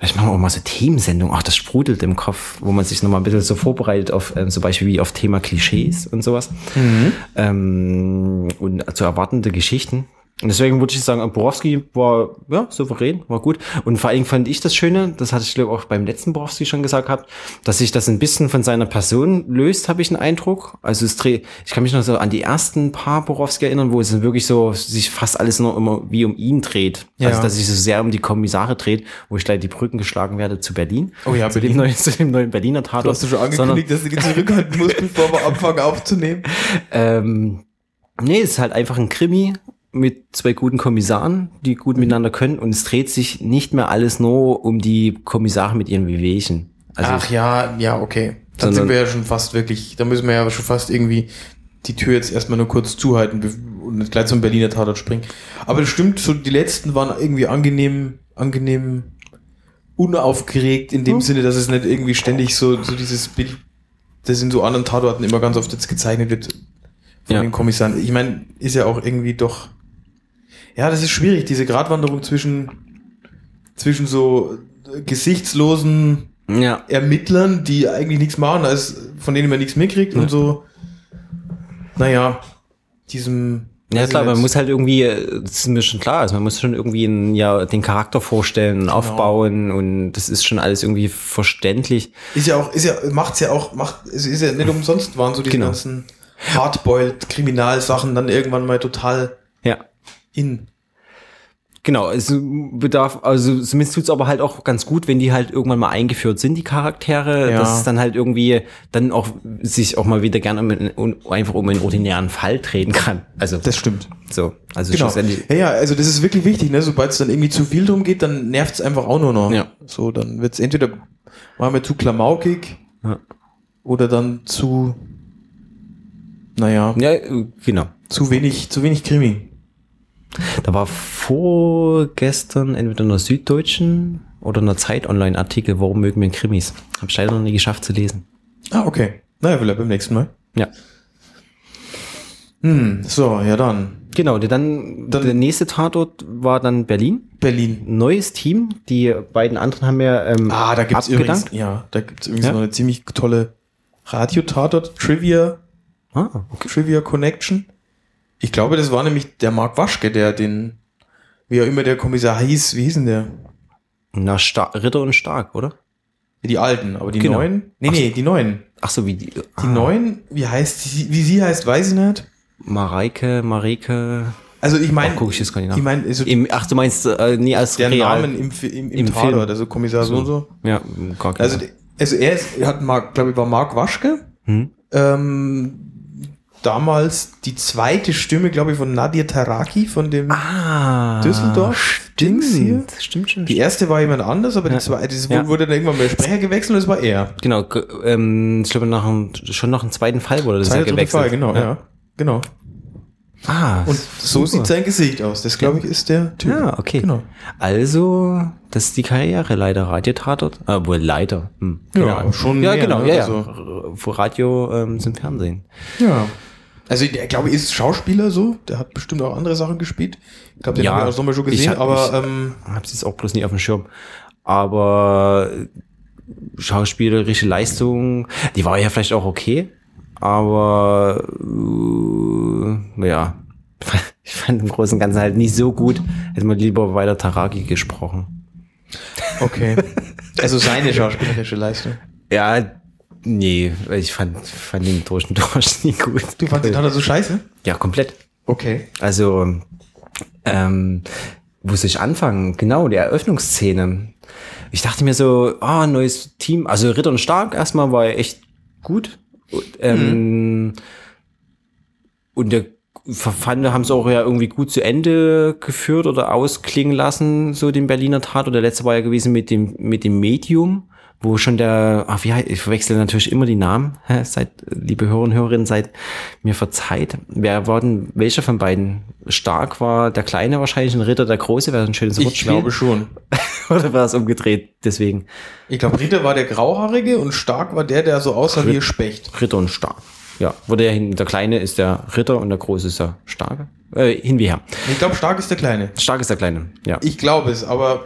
vielleicht machen wir auch mal so Themensendungen, ach, das sprudelt im Kopf, wo man sich nochmal ein bisschen so vorbereitet auf, ähm, zum Beispiel wie auf Thema Klischees und sowas ähm, und zu erwartende Geschichten. Und deswegen würde ich sagen, Borowski war ja, souverän, war gut. Und vor allen Dingen fand ich das Schöne, das hatte ich glaube auch beim letzten Borowski schon gesagt gehabt, dass sich das ein bisschen von seiner Person löst, habe ich einen Eindruck. Also es dreh, ich kann mich noch so an die ersten paar Borowski erinnern, wo es wirklich so sich fast alles noch immer wie um ihn dreht.
Ja.
Also dass sich so sehr um die Kommissare dreht, wo ich gleich die Brücken geschlagen werde zu Berlin.
Oh ja,
zu dem
Berlin.
neuen, zu dem neuen Berliner Tatort.
Du hast du schon
sondern-
angekündigt, dass du die zurückhalten musst, bevor wir anfangen aufzunehmen.
ähm, nee, es ist halt einfach ein Krimi mit zwei guten Kommissaren, die gut
Mhm.
miteinander können und es dreht sich nicht mehr alles nur um die Kommissare mit ihren Wehwehchen. Also
Ach ja, ja, okay. Dann
Sondern-
sind wir ja schon fast wirklich, da müssen wir ja schon fast irgendwie die Tür jetzt erstmal nur kurz zuhalten bev- und nicht gleich zum Berliner Tatort springen. Aber das stimmt, so die letzten waren irgendwie angenehm, angenehm unaufgeregt in dem Sinne, dass es nicht irgendwie ständig so, so dieses Bild, das in so anderen Tatorten immer ganz oft jetzt gezeichnet wird von
Ja.
den Kommissaren. Ich meine, ist ja auch irgendwie doch, ja, das ist schwierig, diese Gratwanderung zwischen, zwischen so äh, gesichtslosen,
ja,
Ermittlern, die eigentlich nichts machen, als von denen man nichts mitkriegt und so. Naja, diesem.
ja
weiß
klar,
ich
man
nicht.
muss halt irgendwie, äh, das ist mir schon klar, also man muss schon irgendwie einen, ja, den Charakter vorstellen,
Genau.
aufbauen und das ist schon alles irgendwie verständlich.
Ist ja auch, ist ja, macht's ja auch, macht, es ist ja nicht umsonst waren so diese
Genau.
ganzen Hardboiled Kriminalsachen dann irgendwann mal total
Ja.
in.
Genau, es bedarf, also zumindest tut's aber halt auch ganz gut, wenn die halt irgendwann mal eingeführt sind, die Charaktere,
Ja.
dass es dann halt irgendwie dann auch sich auch mal wieder gerne um, um, einfach um einen ordinären Fall drehen kann. Also
Das stimmt.
so, also
Genau.
schlussendlich.
Ja, ja, also das ist wirklich wichtig, ne? Sobald es dann irgendwie zu viel drum geht, dann nervt's einfach auch nur noch.
Ja.
So, dann wird's entweder machen wir zu klamaukig
Ja.
oder dann zu, naja,
Ja, äh, genau.
zu wenig, zu wenig Krimi.
Da war vorgestern entweder in der Süddeutschen oder in der Zeit online Artikel, warum mögen wir Krimis? Hab ich leider noch nie geschafft zu lesen.
Ah, okay. Naja, vielleicht beim nächsten Mal.
Ja.
Hm, so, ja dann.
Genau, der dann,
Dann-
der nächste Tatort war dann Berlin.
Berlin.
Neues Team, die beiden anderen haben ja ähm,
Ah, da gibt's
abgedankt.
übrigens, ja, da gibt's übrigens
Ja?
noch eine ziemlich tolle Radiotatort Trivia,
Ah,
Trivia Connection. Ich glaube, das war nämlich der Mark Waschke, der den, wie auch immer der Kommissar hieß, wie hieß denn der?
na, Sta Ritter und Stark, oder?
Die alten, aber die
Genau.
neuen? Nee,
Ach so.
nee, die neuen.
Ach so, wie die, ah,
Die neuen, wie heißt sie, wie sie heißt, weiß ich nicht.
Mareike, Mareke.
Also ich meine,
Ach, guck ich jetzt gar nicht nach.
ich meine, also
Im, ach, du meinst, äh, nee, als
der
real.
Namen im, Fi- im, im, im
Im Film. Genau.
Tatort, also Kommissar so und so.
Ja, gar keine
Also,
Ahnung.
die- also er, ist, er hat, Mark, glaube ich, war Mark Waschke.
Hm?
Ähm, damals die zweite Stimme, glaube ich, von Nadir Taraki, von dem
Ah,
Düsseldorf. Dings hier.
Stimmt, stimmt, stimmt.
Die erste war jemand anders, aber die
Ja.
zweite das
Ja.
wurde dann irgendwann mal Sprecher gewechselt und es war er.
Genau, ge- ähm, ich glaube, nach einem, schon nach einem zweiten Fall wurde das ja
Zweite, dritte
gewechselt.
Fall, genau, ja. Genau.
Ah,
Und so sieht sein Gesicht aus. Das, glaube ich, ist der Typ.
Ja, Ah, okay.
Genau.
Also, das ist die Karriere leider Radiotatort. Ah, wohl leider. Hm.
Ja,
Keine Ahnung.
schon
Ja,
mehr,
genau,
ne?
ja, ja.
Also-
Vor Radio ähm, zum Fernsehen.
Ja. Also, der, glaube ich, ist Schauspieler so. Der hat bestimmt auch andere Sachen gespielt. Ich glaube, den
Ja.
haben wir auch nochmal schon
Ich
gesehen,
hab-
aber.
ich-
ähm,
Hab's jetzt auch bloß nicht auf dem Schirm. Aber schauspielerische Leistung, die war ja vielleicht auch okay, aber äh, ja, Ich fand im Großen und Ganzen halt nicht so gut. Hätte man lieber weiter Taraki gesprochen.
Okay. Also seine schauspielerische Leistung.
Ja, nee, ich fand, fand ihn durch und durch nie gut.
Du fandst den Tatort so scheiße?
Ja, komplett.
Okay.
Also, ähm, wo soll ich anfangen? Genau, die Eröffnungsszene. Ich dachte mir so, ah, neues Team. Also Ritter und Stark erstmal war echt gut. Und, ähm, und der fand, haben es auch ja irgendwie gut zu Ende geführt oder ausklingen lassen, so den Berliner Tat. Oder der letzte war ja gewesen mit dem, mit dem Medium, wo schon der, ach wie heißt, ich verwechsel natürlich immer die Namen, Hä, seid, liebe Hörer und Hörerinnen, seid mir verzeiht. Wer war denn, welcher von beiden? Stark war der Kleine wahrscheinlich ein Ritter, der Große wäre ein schönes
Ich
Wortspiel.
glaube schon.
oder war es umgedreht? Deswegen
Ich glaube, Ritter war der Grauhaarige und Stark war der, der so aussah wie ein Specht.
Ritter und Stark. Ja, wurde ja hin, der Kleine ist der Ritter und der Große ist der Starke. Äh, hin wie her.
Ich glaube, Stark ist der Kleine.
Stark ist der Kleine, ja.
Ich glaube es, aber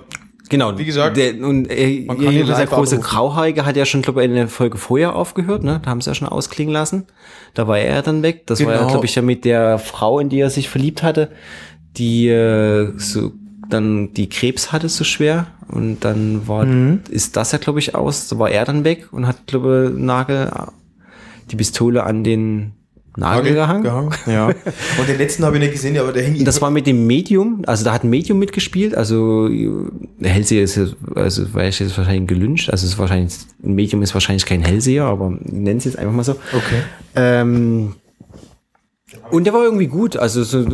Genau. Wie
gesagt,
der, und, äh,
man kann ihn
dieser
live
große
abrufen.
Grauhaarige hat ja schon, glaube ich, in der Folge vorher aufgehört, ne? Da haben sie ja schon ausklingen lassen. Da war er ja dann weg. Das war ja,
Genau.
glaube ich, ja mit der Frau, in die er sich verliebt hatte, die äh, so dann die Krebs hatte so schwer. Und dann war
Mhm.
ist das ja, glaube ich, aus. Da war er dann weg und hat, glaube ich, Nagel die Pistole an den Nagel gehangen.
Ja. Und den letzten habe ich nicht gesehen, aber der hing.
Das war mit dem Medium, also da hat ein Medium mitgespielt, also äh, Hellseher ist jetzt, also weiß ich jetzt wahrscheinlich gelünscht, also es ist wahrscheinlich, ein Medium ist wahrscheinlich kein Hellseher, aber nennen es jetzt einfach mal so.
okay.
Ähm, und der war irgendwie gut, also so,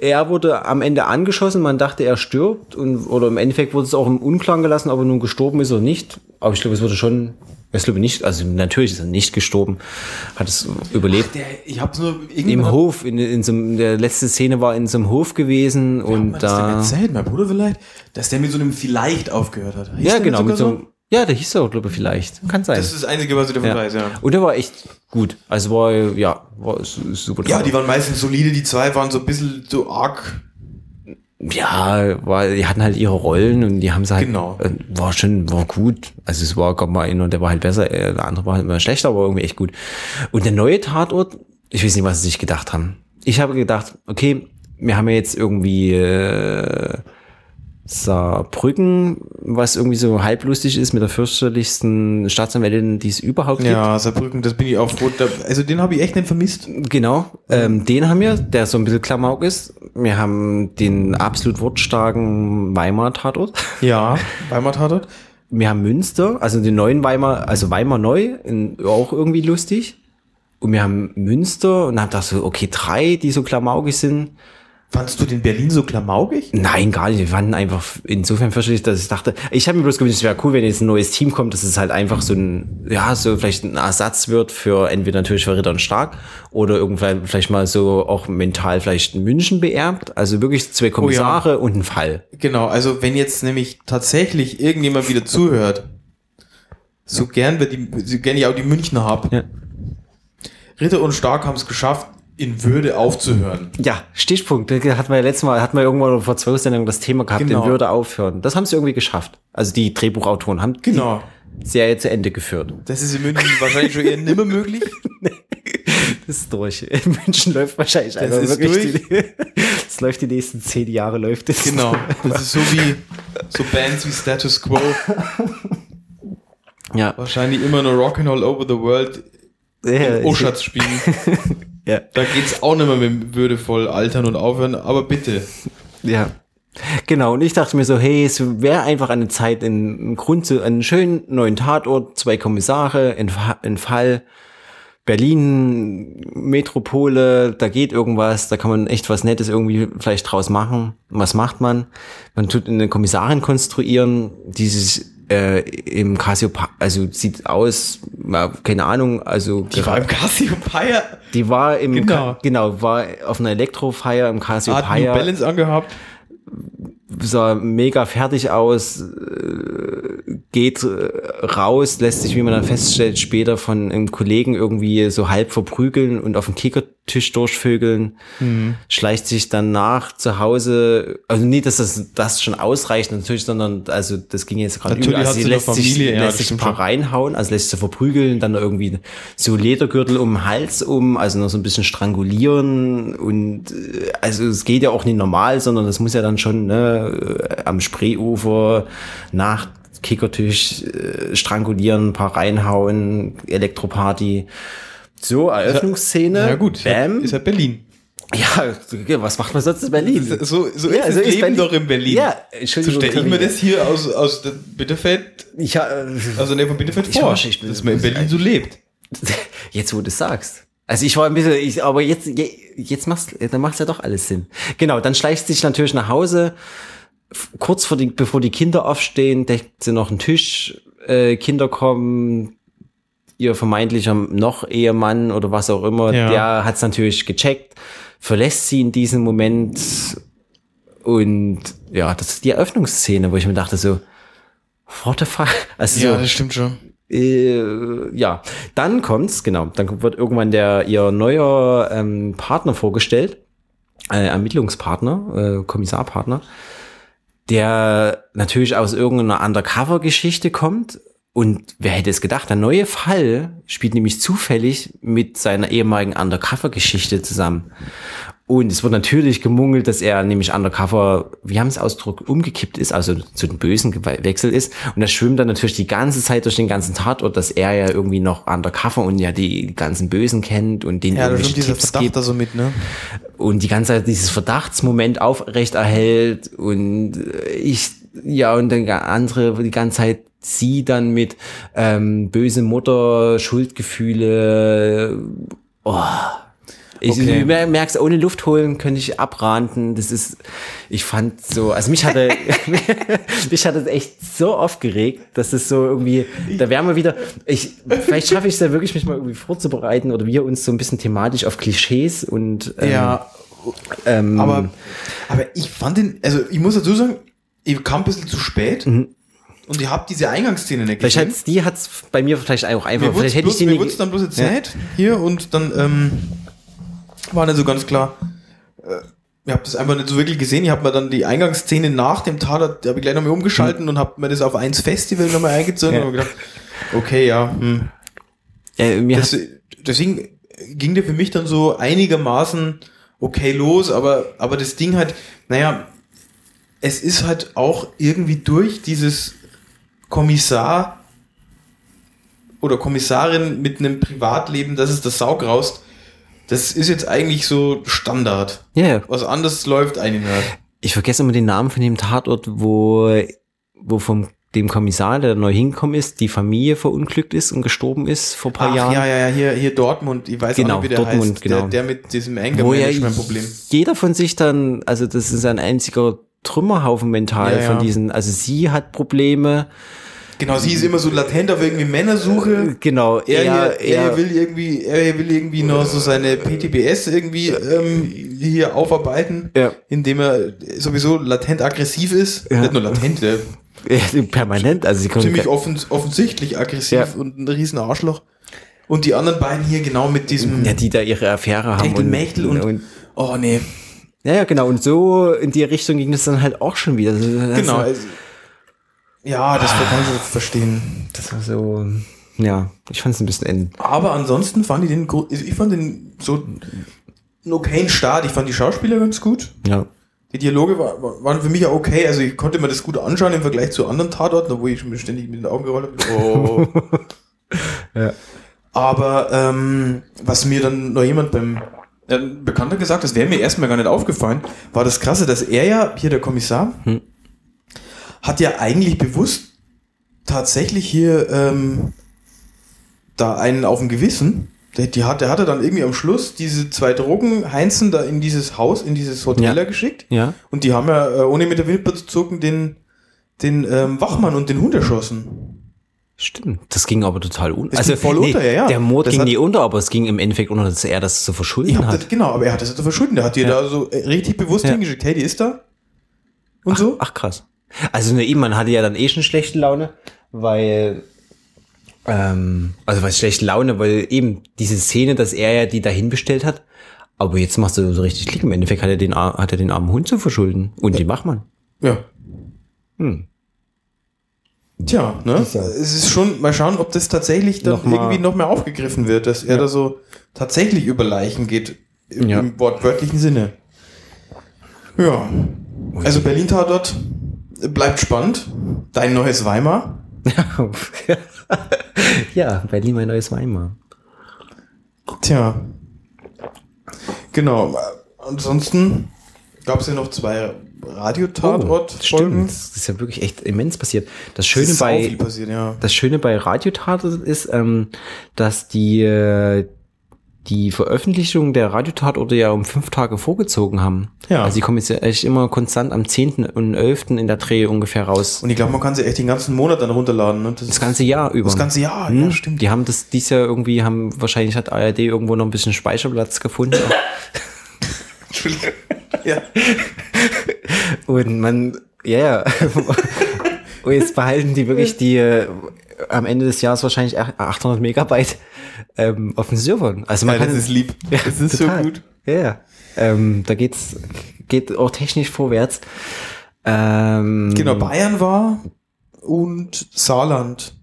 er wurde am Ende angeschossen, man dachte, er stirbt und, oder im Endeffekt wurde es auch im Unklaren gelassen, ob er nun gestorben ist oder nicht, aber ich glaube, es wurde schon, ich glaube nicht, also natürlich ist er nicht gestorben, hat es überlebt.
Der, ich habe es nur
Im
irgendwann.
Hof, in, in so einem, der letzte Szene war in so einem Hof gewesen und
das denn
da.
erzählt, mein Bruder vielleicht, dass der mit so einem vielleicht aufgehört hat. Hieß
Ja,
der nicht
genau,
sogar
mit so einem, ja, der hieß er, glaube ich, vielleicht. Kann sein.
Das ist das Einzige, was ich davon
ja.
weiß, ja.
Und der war echt gut. Also war, ja, war ist- ist super
Ja,
toll.
die waren meistens solide, die zwei waren so ein bisschen so arg.
ja, war, die hatten halt ihre Rollen und die haben sie halt,
Genau.
äh, war schon, war gut. Also es war, gab mal einer, der war halt besser, äh, der andere war halt immer schlechter, aber irgendwie echt gut. Und der neue Tatort, ich weiß nicht, was sie sich gedacht haben. Ich habe gedacht, okay, wir haben ja jetzt irgendwie, äh, Saarbrücken, was irgendwie so halblustig ist mit der fürchterlichsten Staatsanwältin, die es überhaupt gibt.
Ja, Saarbrücken, das bin ich auch froh. Da, also den habe ich echt nicht vermisst.
Genau, ähm, den haben wir, der so ein bisschen Klamauk ist. Wir haben den absolut wortstarken Weimarer Tatort.
Ja, Weimar Tatort.
Wir haben Münster, also den neuen Weimar, also Weimar neu, in, auch irgendwie lustig. Und wir haben Münster und dann dachte ich so, okay, drei, die so klamaukig sind.
Fandst du den Berlin so klamaukig?
Nein, gar nicht. Wir waren einfach insofern fürchterlich, dass ich dachte, ich habe mir bloß gewünscht, es wäre cool, wenn jetzt ein neues Team kommt, dass es halt einfach so ein, ja, so vielleicht ein Ersatz wird für entweder natürlich für Ritter und Stark oder irgendwann vielleicht mal so auch mental vielleicht München beerbt. Also wirklich zwei Kommissare und ein Fall.
Genau, also wenn jetzt nämlich tatsächlich irgendjemand wieder zuhört, so gern, wir die, so gern ich auch die Münchner hab.
Ja.
Ritter und Stark haben es geschafft, in Würde aufzuhören.
Ja, Stichpunkt. Das hatten wir ja letztes Mal, hatten wir irgendwann vor zwei Sendungen das Thema gehabt,
Genau.
in Würde aufhören. Das haben sie irgendwie geschafft. Also die Drehbuchautoren haben
Genau.
die Serie zu Ende geführt.
Das ist in München wahrscheinlich schon eher nimmer möglich.
Das ist durch. In München läuft wahrscheinlich das
ist
Die, das läuft die nächsten zehn Jahre läuft es.
Genau. Das ist so wie so Bands wie Status Quo.
Ja.
Wahrscheinlich immer nur Rockin' All Over the World
Äh,
Oschatz spielen.
Ja.
Da geht's auch nicht mehr mit würdevoll altern und aufhören, aber bitte.
ja. Genau. Und ich dachte mir so, hey, es wäre einfach eine Zeit, einen einen Grund zu, einen schönen neuen Tatort, zwei Kommissare, ein, Fa- ein Fall, Berlin, Metropole, da geht irgendwas, da kann man echt was Nettes irgendwie vielleicht draus machen. Was macht man? Man tut eine Kommissarin konstruieren, die sich äh, im Cassiopeia, also sieht aus, ja, keine Ahnung, also
Die war im Cassiopeia,
Die war im
Genau.
genau, genau war auf einer Elektrofeier im
hat New
Cassiopeia,
Balance angehabt.
sah mega fertig aus, äh, geht äh, raus, lässt sich, wie man dann feststellt, später von einem Kollegen irgendwie so halb verprügeln und auf dem Kickertisch durchvögeln,
Mhm.
schleicht sich dann nach zu Hause, also nicht, dass das, das schon ausreicht natürlich, sondern also das ging jetzt gerade
Natürlich
übel. also
hat
sie
sie eine
lässt sich,
Familie, ja, das
lässt sich ein
stimmt
paar reinhauen, also lässt sie verprügeln, dann irgendwie so Ledergürtel um den Hals um, also noch so ein bisschen strangulieren und äh, also es geht ja auch nicht normal, sondern das muss ja dann schon ne, äh, am Spreeufer nach Kickertisch äh, strangulieren, ein paar reinhauen, Elektroparty. So, Eröffnungsszene.
Na gut,
Bam.
ist ja Berlin.
ja, was macht man sonst in Berlin?
So, so
Ja,
ist das
so ist
Leben
Berlin.
doch in Berlin.
Ja,
so
Entschuldigung.
stelle ich mir
Karina.
das hier aus, aus der Bitterfeld,
Ich, ha-
also ne, von Bitterfeld
Ich
vor,
hoffe, ich bin- also,
dass man in Berlin so lebt.
Jetzt, wo du es sagst. Also ich war ein bisschen, ich, aber jetzt, je- jetzt machst, dann macht's ja doch alles Sinn. Genau, dann schleicht sie sich natürlich nach Hause. F- Kurz vor die, bevor die Kinder aufstehen, deckt sie noch einen Tisch. Äh, Kinder kommen, ihr vermeintlicher noch Ehemann oder was auch immer,
Ja.
der hat's natürlich gecheckt, verlässt sie in diesem Moment und ja, das ist die Eröffnungsszene, wo ich mir dachte so, what the fuck? Also so,
stimmt schon.
äh, ja, dann kommt's, genau. Dann wird irgendwann der ihr neuer ähm, Partner vorgestellt, äh, Ermittlungspartner, äh, Kommissarpartner, der natürlich aus irgendeiner Undercover-Geschichte kommt. Und wer hätte es gedacht, der neue Fall spielt nämlich zufällig mit seiner ehemaligen Undercover-Geschichte zusammen. Und es wird natürlich gemungelt, dass er nämlich undercover, wir haben es Ausdruck, umgekippt ist, also zu den Bösen gewechselt ist. Und das schwimmt dann natürlich die ganze Zeit durch den ganzen Tatort, dass er ja irgendwie noch undercover und ja die ganzen Bösen kennt und den
Ja, da
irgendwelche
schon dieser
Tipps
Verdacht da so mit, ne?
und die ganze Zeit dieses Verdachtsmoment aufrecht erhält und äh, ich ja und dann ga- andere die ganze Zeit sie dann mit ähm, böse Mutter Schuldgefühle äh, oh. ich,
Okay.
du mer- merkst ohne Luft holen könnte ich abranden das ist ich fand so also mich hatte mich hat es echt so aufgeregt, dass es so irgendwie, da wären wir wieder, ich, vielleicht schaffe ich es ja wirklich, mich mal irgendwie vorzubereiten oder wir uns so ein bisschen thematisch auf Klischees und ähm,
Ja,
ähm,
aber, aber ich fand den, also ich muss dazu sagen, ich kam ein bisschen zu spät und ich habe diese Eingangsszene nicht
Mhm. vielleicht hat's, die hat's bei mir vielleicht auch einfach,
Mir wurde
vielleicht hätte ich die
es
nicht,
dann bloß erzählt hier und dann ähm, war nicht so ganz klar. Äh, ich habe das einfach nicht so wirklich gesehen. Ich habe mir dann die Eingangsszene nach dem Tatort, die habe ich gleich nochmal umgeschalten und habe mir das auf 1 Festival nochmal eingezogen
Hm. Ja.
und hab gedacht, okay, ja. Hm.
äh, mir
Das,
hat,
deswegen ging der für mich dann so einigermaßen okay los, aber, aber das Ding halt, naja, es ist halt auch irgendwie durch dieses Kommissar oder Kommissarin mit einem Privatleben, das ist das Saugraust, das ist jetzt eigentlich so Standard.
ja, ja.
Was anderes läuft eigentlich nicht.
ich vergesse immer den Namen von dem Tatort, wo, wo vom dem Kommissar, der neu hingekommen ist, die Familie verunglückt ist und gestorben ist vor ein paar
Ach,
Jahren.
ja, ja, ja, hier, hier Dortmund, ich weiß
Ah, Genau,
auch nicht, wie der
Dortmund,
heißt,
genau.
der, der mit diesem
wo ja j-
Anger-Management-Problem.
jeder von sich dann, also das ist ein einziger Trümmerhaufen mental
Ja, ja.
von diesen, also sie hat Probleme,
Genau, sie ist immer so latent auf irgendwie Männersuche.
genau,
er,
er,
hier, er hier
er,
will irgendwie, er hier will irgendwie noch so seine PTBS irgendwie ähm, hier aufarbeiten,
Ja.
indem er sowieso latent aggressiv ist.
Ja.
Nicht nur latent, der
permanent, also sie kommt
ziemlich offens offensichtlich aggressiv
Ja.
und ein riesen Arschloch. Und die anderen beiden hier genau mit diesem
ja, die da ihre Affäre haben
Techtelmechtel und, oh nee,
ja, ja, genau, und so in die Richtung ging das dann halt auch schon wieder. Also, das
genau.
Ist,
Also, ja, das kann ich jetzt verstehen.
das war so, ja, ich fand es ein bisschen end.
Aber ansonsten fand ich den, gro- also ich fand den so einen okayen Start. Ich fand die Schauspieler ganz gut.
Ja.
Die Dialoge wa- wa- waren für mich ja okay, also ich konnte mir das gut anschauen im Vergleich zu anderen Tatorten, wo ich mir ständig mit den Augen gerollt habe. Oh.
Ja.
Aber ähm, was mir dann noch jemand beim ja, ein Bekannter gesagt, das wäre mir erstmal gar nicht aufgefallen, war das Krasse, dass er ja, hier der Kommissar,
Hm.
hat ja eigentlich bewusst tatsächlich hier ähm, da einen auf dem Gewissen. Der, die hat, der hatte dann irgendwie am Schluss diese zwei Drogen Heinzen da in dieses Haus, in dieses Hotel
Ja.
da geschickt.
Ja.
Und die haben ja, äh, ohne mit der Wimper zu zucken, den, den ähm, Wachmann und den Hund erschossen.
Stimmt, das ging aber total unter.
Das ging voll unter, ja, ja.
Der Mord
Das
ging
hat-
nie unter, aber es ging im Endeffekt unter, dass er das so
Ich
verschulden
hab
hat.
das, genau, aber er hat das zu verschulden. Der hat die da so äh, richtig bewusst
Ja. Ah,
hingeschickt. Hey, die ist da. Und so.
Ach krass. Also ne, eben, man hatte ja dann eh schon schlechte Laune. weil, ähm, also was schlecht Laune, weil eben diese Szene, dass er ja die dahin bestellt hat, aber jetzt machst du so richtig Klick. Im Endeffekt hat er den, ar- hat er den armen Hund zu verschulden und den Wachmann.
Ja.
ah. Hm.
Tja, ne? Es
Dieser-
ist schon, mal schauen, ob das tatsächlich dann
Noch mal-
irgendwie noch mehr aufgegriffen wird, dass er da so tatsächlich über Leichen geht, im,
Ja.
im wortwörtlichen Sinne. Ja. Also Berlin-Tatort äh, bleibt spannend. Dein neues Weimar.
ja, Berlin, mein neues Weimar.
Tja. Genau. Ansonsten gab es ja noch zwei
Oh,
Radio-Tatort-Folgen.
stimmt. Das ist ja wirklich echt immens passiert. Das Schöne
Sau
bei,
viel passiert, ja.
das Schöne bei Radiotatort ist, ähm, dass die, äh, die Veröffentlichung der Radiotatorte ja um fünf Tage vorgezogen haben.
Ja.
Also die kommen jetzt ja echt immer konstant am 10. und 11. in der Dreh ungefähr raus.
Und ich glaube, man kann sie echt den ganzen Monat dann runterladen. Ne? Das,
Das ganze Jahr über.
das ganze Jahr, ja,
Hm?
stimmt.
Die haben das dies Jahr irgendwie, haben wahrscheinlich hat ARD irgendwo noch ein bisschen Speicherplatz gefunden.
Entschuldigung. Ja.
Und man, ja, ja. Und jetzt behalten die wirklich die äh, am Ende des Jahres wahrscheinlich ach- 800 Megabyte ähm, auf den Servern. Also man
Ja,
kann
das ist lieb. Das ist so
total.
gut.
Ja, ja. Ähm, da geht's geht auch technisch vorwärts. Ähm,
Genau, Bayern war und Saarland.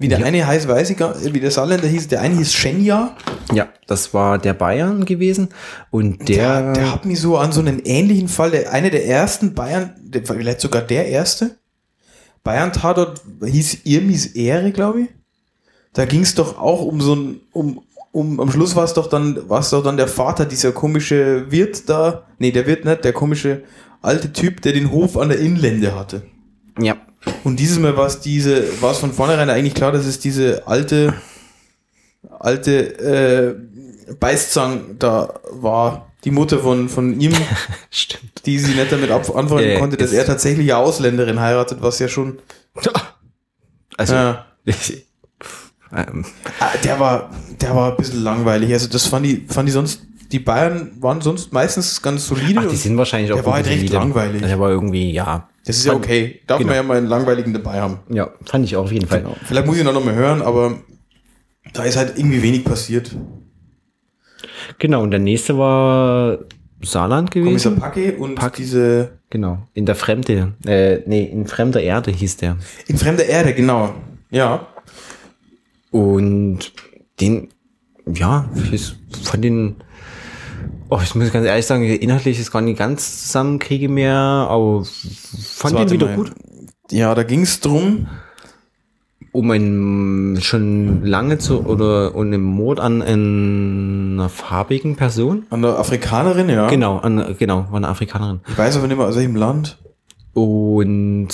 Wie der
Ja.
eine heißt, weiß ich gar wie der Saarländer hieß, der eine hieß Schenja.
Ja, das war der Bayern gewesen und der,
der, der hat mich so an so einen ähnlichen Fall, der, eine der ersten Bayern, der, vielleicht sogar der erste, Bayern-Tatort hieß Irmis Ehre, glaube ich. Da ging es doch auch um so ein, um, um, am Schluss war es doch dann, war es doch dann der Vater, dieser komische Wirt da, nee, der Wirt nicht, der komische alte Typ, der den Hof an der Inlände hatte.
ja,
Und dieses Mal war es diese, war es von vornherein eigentlich klar, dass es diese alte, alte äh, Beißzang da war, die Mutter von, von ihm,
stimmt.
die sie nicht damit ab- anfreunden
Ja, ja,
konnte, dass
ist-
er tatsächlich eine Ausländerin heiratet, was ja schon.
Also
Ja.
ähm,
Ah, der war, der war ein bisschen langweilig. Also das fand ich, fand ich sonst, die Bayern waren sonst meistens ganz solide.
ach, die
und
sind wahrscheinlich auch
Der war halt
irgendwie
recht
wieder-
langweilig.
Der war irgendwie ja,
das ist ja okay. Darf
genau.
man ja mal einen langweiligen dabei haben.
ja, fand ich auch auf jeden Fall.
Vielleicht muss ich ihn auch noch mal hören, aber da ist halt irgendwie wenig passiert.
Genau, und der nächste war Saarland
Kommissar
gewesen.
Packe und diese
Genau, in der Fremde, äh, nee, in fremder Erde hieß der.
In fremder Erde, genau. Ja.
Und den, ja, ich fand den, oh, ich muss ganz ehrlich sagen, inhaltlich ist gar nicht ganz zusammenkriege mehr, aber fand
Warte
den wieder
mal.
gut.
halt Ja, da ging es drum.
Um ein schon lange zu, oder, und im Mord an einer farbigen Person.
An der Afrikanerin, ja.
Genau, an, genau, war eine Afrikanerin.
Ich weiß aber nicht mehr, aus welchem Land.
Und,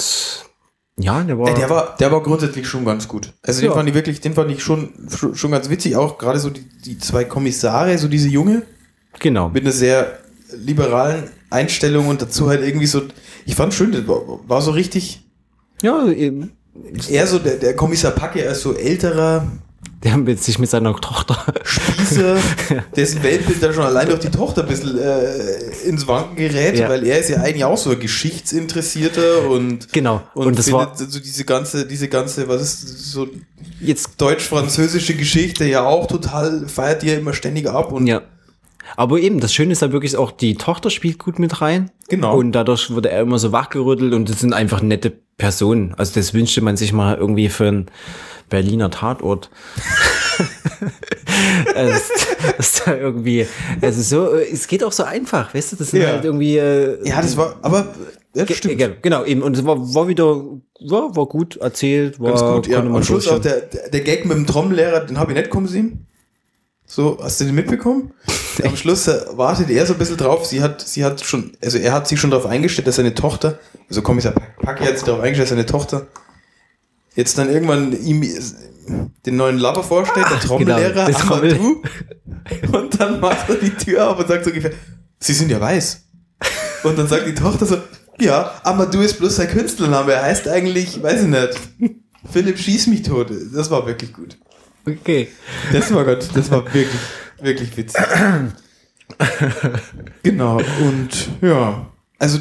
ja, der war,
Ey, Äh, der, war, der war grundsätzlich schon ganz gut. Also den
Ja.
fand ich wirklich, den fand ich schon, schon schon ganz witzig. Auch gerade so die, die zwei Kommissare, so diese Junge
genau.
mit einer sehr liberalen Einstellung und dazu halt irgendwie so. Ich fand schön, das war, war so richtig.
Ja, eben.
Eher so der, der Kommissar Packe als so älterer
Der haben jetzt sich mit seiner Tochter.
Spießer, dessen Weltbild da schon allein durch die Tochter ein bisschen äh, ins Wanken gerät,
Ja.
weil er ist ja eigentlich auch so ein Geschichtsinteressierter und
Genau.
und,
Und, das
findet
war
so diese ganze, diese ganze, was ist so
jetzt.
deutsch-französische Geschichte ja auch total, feiert die ja immer ständig ab und
Ja. Aber eben, das Schöne ist da wirklich auch, die Tochter spielt gut mit rein.
Genau.
Und dadurch wurde er immer so wachgerüttelt und das sind einfach nette Personen. Also das wünschte man sich mal irgendwie für einen Berliner Tatort. es, ist da irgendwie, also so, äh, es geht auch so einfach, weißt du, das sind
Ja.
halt irgendwie. äh,
ja, das war, aber ja,
ge-
stimmt.
ge- Genau, eben. Und es war, war wieder, war, war gut erzählt, war
Ganz gut, ja.
konnte man
Am Schluss
durchschauen.
auch der, der der Gag mit dem Trommelehrer, den habe ich nicht kommen sehen. So, hast du den mitbekommen? Am Schluss äh, wartet er so ein bisschen drauf. Sie hat, sie hat schon, also er hat sich schon darauf eingestellt, dass seine Tochter, also Kommissar Pack- Packe hat sich darauf eingestellt, dass seine Tochter jetzt dann irgendwann ihm äh, den neuen Lover vorstellt, der Trommellehrer,
genau, der
aber
Trommel-
du. Und dann macht er die Tür auf und sagt so ungefähr, sie sind ja weiß. Und dann sagt die Tochter so, ja, Amadou ist bloß sein Künstlername, er heißt eigentlich, weiß ich nicht, Philipp schieß mich tot. Das war wirklich gut.
Okay.
Das war Gott, das war wirklich, wirklich witzig. genau, und ja, also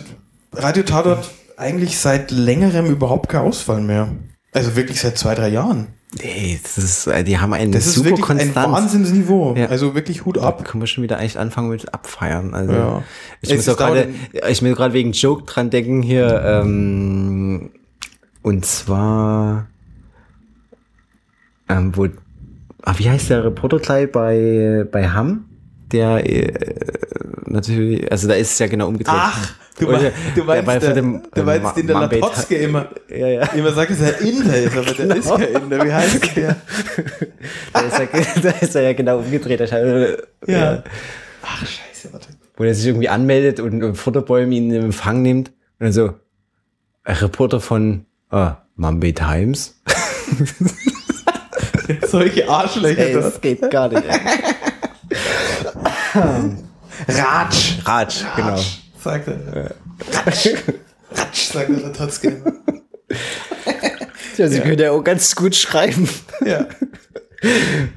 Radio Tatort eigentlich seit längerem überhaupt kein Ausfall mehr. Also wirklich seit zwei, drei Jahren.
Ey, das ist, äh, die haben einen
Das ist
super
wirklich
Konstanz.
ein Wahnsinnsniveau.
Ja.
Also wirklich Hut
Da
ab.
können wir schon wieder eigentlich anfangen mit abfeiern. Also
Ja.
ich
Es
muss auch
ist auch
gerade, ich muss gerade wegen Joke dran denken hier. Ähm, und zwar, ähm, wo, ah, wie heißt der Reporter gleich bei bei Ham? Der äh, natürlich, also da ist es ja genau umgedreht.
Ach, du,
Oder
mein, du
der
meinst,
bei-
der,
von dem,
du
äh, Ma-
meinst den der
Mambet-
Latotzke immer,
Ja, Genau. ja.
immer sagt, dass er Inder ist, aber der ist kein Inder. Wie heißt der?
Da ist er, da ist er ja genau umgedreht. Da ist er-
Ja. Ach, scheiße, warte.
wo er sich irgendwie anmeldet und äh, Futterbäume ihn in Empfang nimmt. Und dann so, ein Reporter von äh, Mumbai Times.
Solche Arschlöcher.
Ey,
dort.
das geht gar nicht. ey.
Ratsch.
Ratsch, genau.
Sagt er. Ratsch. Ratsch, sagt der Latotzke immer.
Ja, sie können ja auch ganz gut schreiben.
Ja.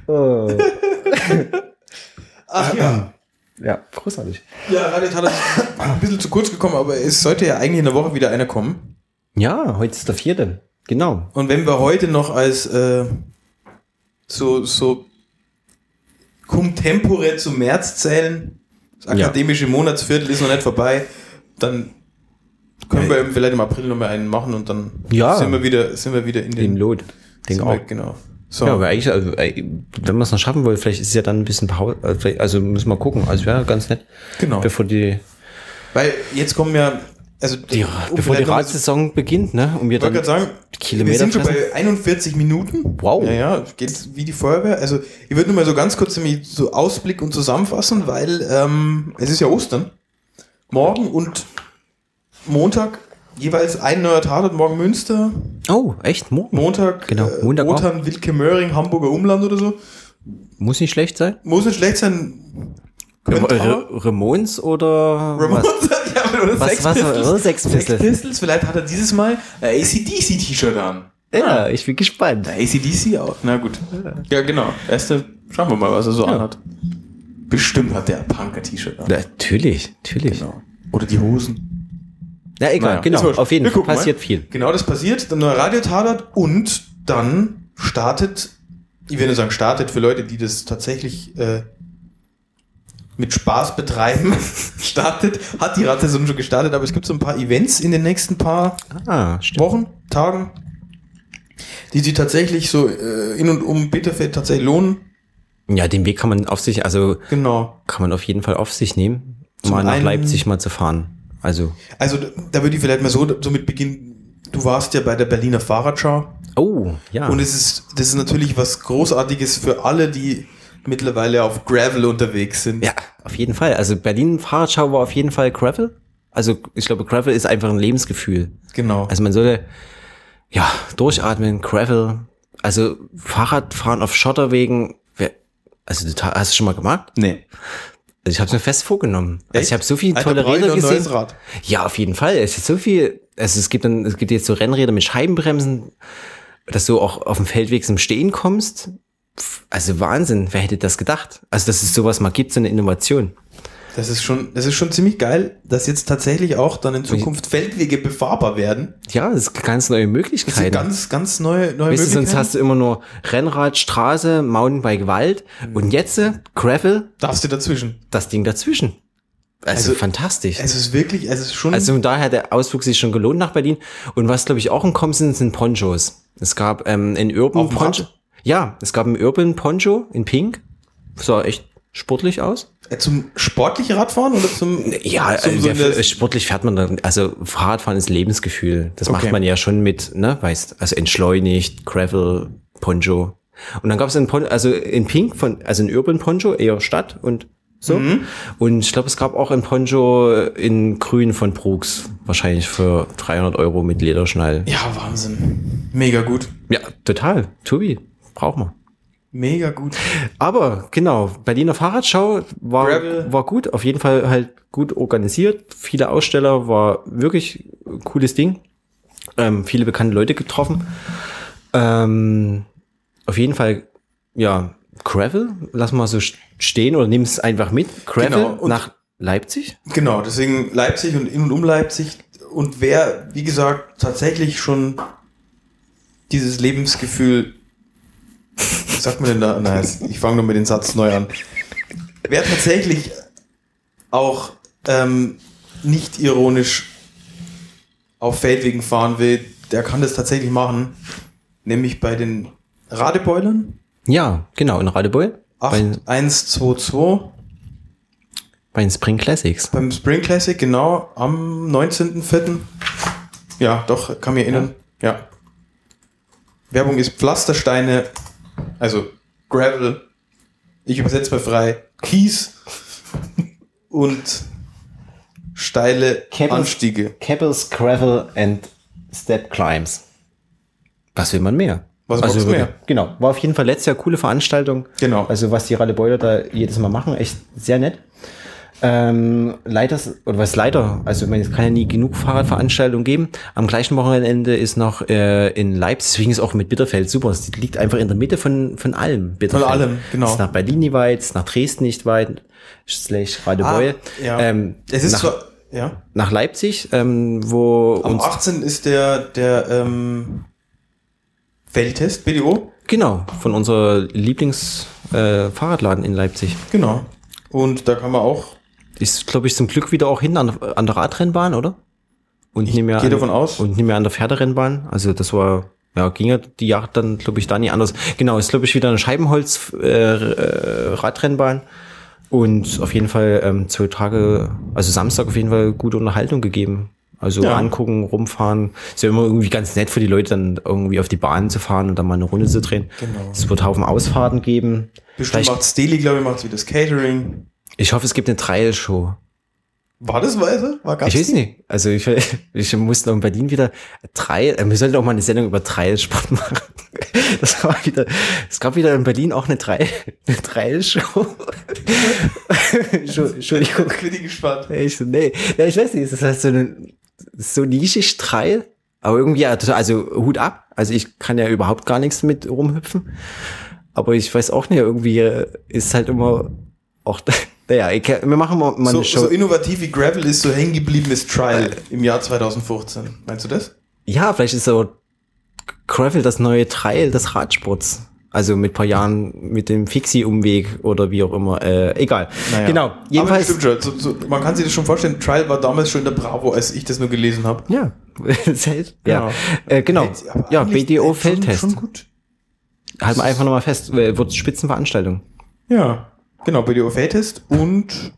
Oh.
Ach ja.
Ja, großartig.
Ja, Radio Tatort ist ein bisschen zu kurz gekommen, aber es sollte ja eigentlich in der Woche wieder einer kommen.
Ja, heute ist der vierte. Genau.
Und wenn wir heute noch als äh, so, so cum tempore zum März zählen, das
Ja.
akademische Monatsviertel ist noch nicht vorbei, dann können wir eben vielleicht im April noch mal einen machen und dann
Äh. Ja.
sind wir wieder, sind wir wieder in
Im
den
Lot.
sind
Denke
wir,
auch.
genau. So.
Ja, aber eigentlich, also, ey, wenn man es noch schaffen will, vielleicht ist es ja dann ein bisschen Pause. Also, vielleicht- also müssen wir gucken. Also ja, ganz nett.
Genau.
Bevor die,
Weil jetzt kommen ja, also
die
um
bevor die
vielleicht noch mal-
Radsaison beginnt, ne? Und wir
Ich wollte
dann
gerade sagen,
Kilometer
wir sind schon
fressen.
bei 41 Minuten.
Wow.
Ja, ja, geht wie die Feuerwehr. Also ich würde nur mal so ganz kurz nämlich so Ausblick und zusammenfassen, weil ähm, es ist ja Ostern. Morgen und Montag jeweils ein neuer Tatort, morgen Münster,
Oh, echt? Morgen?
Montag,
Genau,
äh,
Montag auch.
Wotan, Wilke Möhring, Hamburger Umland oder so.
Muss nicht schlecht sein.
Muss nicht schlecht sein. Könnte aber.
Remons oder
Ramones
was?
hat ja oder
Was-
Sex
was- oder
Pistols.
Sex Pistols.
Pistols, vielleicht hat er dieses Mal äh, ein ACDC-T-Shirt an.
Ja, ich bin gespannt.
ACDC auch. Na gut. Ja, genau. Erste, schauen wir mal, was er so anhat. Bestimmt hat der ein Punker-T-Shirt an.
Natürlich, natürlich.
Genau. Oder die Hosen.
Na egal,
Naja, ist
genau.
wurscht.
Auf jeden
Wir
Fall
gucken
passiert
mal.
viel.
Genau, das passiert. Dann neuer Radiotatort und dann startet, ich würde sagen, startet für Leute, die das tatsächlich äh, mit Spaß betreiben, startet, hat die Radsaison schon gestartet, aber es gibt so ein paar Events in den nächsten paar
Ah, stimmt.
Wochen, Tagen, die sie tatsächlich so äh, in und um Bitterfeld tatsächlich lohnen.
Ja, den Weg kann man auf sich, also
Genau.
kann man auf jeden Fall auf sich nehmen,
Zum
mal nach
einen-
Leipzig mal zu fahren. Also,
Also da würde ich vielleicht mal so, so mit beginnen. Du warst ja bei der Berliner Fahrradschau
oh, ja.
und es ist, das ist natürlich was Großartiges für alle, die mittlerweile auf Gravel unterwegs sind.
ja, auf jeden Fall. Also Berlin Fahrradschau war auf jeden Fall Gravel. Also ich glaube, Gravel ist einfach ein Lebensgefühl.
Genau.
Also man sollte ja durchatmen, Gravel, also Fahrradfahren auf Schotterwegen. wer- Also total, hast du schon mal gemacht?
nee.
Also ich habe es mir fest vorgenommen. Also ich habe so viele
Alter,
tolle
brauch ich
Räder
noch ein neues
gesehen.
Rad.
Ja, auf jeden Fall. Es ist so viel. Also es gibt dann, es gibt jetzt so Rennräder mit Scheibenbremsen, dass du auch auf dem Feldweg zum Stehen kommst. Pff, Also Wahnsinn, wer hätte das gedacht? Also, dass es sowas mal gibt, so eine Innovation.
Das ist schon, das ist schon ziemlich geil, dass jetzt tatsächlich auch dann in Zukunft Feldwege befahrbar werden.
Ja, das ist ganz neue
Das sind
Möglichkeiten.
ganz, ganz neue, neue
Weißt du, sonst hast du immer nur Rennrad, Straße, Mountainbike, Wald
Hm.
und jetzt äh, Gravel,
Darfst du dazwischen.
das Ding dazwischen. Also,
Also,
fantastisch.
Es ist wirklich, es ist schon.
also von daher hat der Ausflug sich schon gelohnt nach Berlin. Und was glaube ich auch im Kommen sind, sind Ponchos. Es gab ähm, in Urban
Auf dem
Poncho.
Rad?
Ja, es gab einen Urban Poncho in Pink. Sah echt sportlich aus.
äh, zum sportlichen Radfahren oder zum.
Ja,
zum,
äh,
so
wer-
eine-
sportlich fährt man dann, also Fahrradfahren ist Lebensgefühl. Das macht
Okay.
man ja schon mit, ne, weißt, also entschleunigt, Gravel, Poncho. Und dann gab es in Pon also in Pink von, also in Urban Poncho, eher Stadt und so.
Mhm.
Und ich glaube, es gab auch ein Poncho in Grün von Brooks, wahrscheinlich für 300 Euro mit Lederschnall.
ja, Wahnsinn. Mega gut.
Ja, total. Tobi, braucht man.
Mega gut.
Aber genau, Berliner Fahrradschau war,
Gravel.
war gut, auf jeden Fall halt gut organisiert, viele Aussteller, war wirklich ein cooles Ding, ähm, viele bekannte Leute getroffen. Ähm, auf jeden Fall, ja, Gravel, lass mal so stehen oder nimm es einfach mit,
Genau,
Gravel
und-
nach Leipzig.
Genau, deswegen Leipzig und in und um Leipzig. Und wer, wie gesagt, tatsächlich schon dieses Lebensgefühl, was sagt man denn da? Na, jetzt- ich fange nur mit den Satz neu an. Wer tatsächlich auch ähm, nicht ironisch auf Feldwegen fahren will, der kann das tatsächlich machen. Nämlich bei den Radebeulern.
Ja, genau, in Radebeul. Bei,
8122
bei den Spring Classics.
beim Spring Classic, genau, am 19.04. Ja, doch, kann mir erinnern. Ja. Werbung ist Pflastersteine, also Gravel. Ich übersetze mal frei. Kies und steile
Kevin-
Anstiege.
Cabbles, Gravel and Step Climbs. Was will man mehr?
Was braucht's mehr?
Genau. War auf jeden Fall letztes Jahr coole Veranstaltung.
Genau.
Also was die Radebeuler da jedes Mal machen, echt sehr nett. Ähm, leider, oder was leider, also ich meine, es kann ja nie genug Fahrradveranstaltungen geben. Am gleichen Wochenende ist noch äh, in Leipzig, deswegen ist auch mit Bitterfeld super. Es liegt einfach in der Mitte von, von allem. Bitterfeld.
allem, genau.
Ist nach Berlin nicht weit, ist nach Dresden nicht weit, slash Radebeul.
Ah, ja.
ähm,
es ist
nach,
so, ja.
nach Leipzig, ähm, wo
Am
uns
18. ist der, der ähm, Feldtest, BDO.
genau von unserer Lieblings äh, Fahrradladen in Leipzig
Genau. Und da kann man auch,
ist, glaube ich, zum Glück wieder auch hin an, an der Radrennbahn, oder? Und nicht mehr
gehe
an,
davon aus.
und nicht mehr an der Pferderennbahn. Also das war ja ging ja die Jahre dann, glaube ich, da nie anders. Genau, ist glaube ich wieder eine Scheibenholz äh, äh, Radrennbahn und auf jeden Fall ähm, zwei Tage, also Samstag auf jeden Fall gute Unterhaltung gegeben. Also
Ja.
angucken, rumfahren. Ist ja immer irgendwie ganz nett für die Leute, dann irgendwie auf die Bahn zu fahren und dann mal eine Runde zu drehen.
Genau.
Es wird Haufen Ausfahrten geben.
bestimmt
Vielleicht-
macht's Deli, glaube ich, macht's wieder das Catering.
Ich hoffe, es gibt eine Trail-Show.
War das Weise? War ganz
Ich weiß nicht. Also ich, ich musste in Berlin wieder Trail, äh, wir sollten auch mal eine Sendung über Trailsport machen. Das war wieder, es gab wieder in Berlin auch eine Trail, eine Trail-Show. Entschu- Entschuldigung.
Bin ich gespannt.
Ich so, nee. Ja, ich weiß nicht, ist das halt so ein, so nischig Trail? Aber irgendwie, ja, total- also Hut ab. Also ich kann ja überhaupt gar nichts mit rumhüpfen. Aber ich weiß auch nicht, irgendwie äh, ist halt immer auch, naja, ich, kann- wir machen mal, mal
So,
eine Show.
so innovativ wie Gravel ist, so hängen geblieben ist Trial im Jahr 2015. Meinst du das?
Ja, vielleicht ist so Gravel das neue Trail des Radsports. Also mit paar Jahren mit dem Fixie-Umweg oder wie auch immer. Äh, egal. Genau.
Aber das
Jedenfalls.
stimmt schon. So, so, man kann sich das schon vorstellen, Trial war damals schon in der Bravo, als ich das nur gelesen habe.
Ja. Zelt. Ja.
Genau.
Äh, genau.
Aber
Ja,
eigentlich
BDO-Feldtest.
Schon, schon gut.
Halten wir einfach nochmal fest. äh, Wird Spitzenveranstaltung.
Ja, genau, BDO-Feldtest und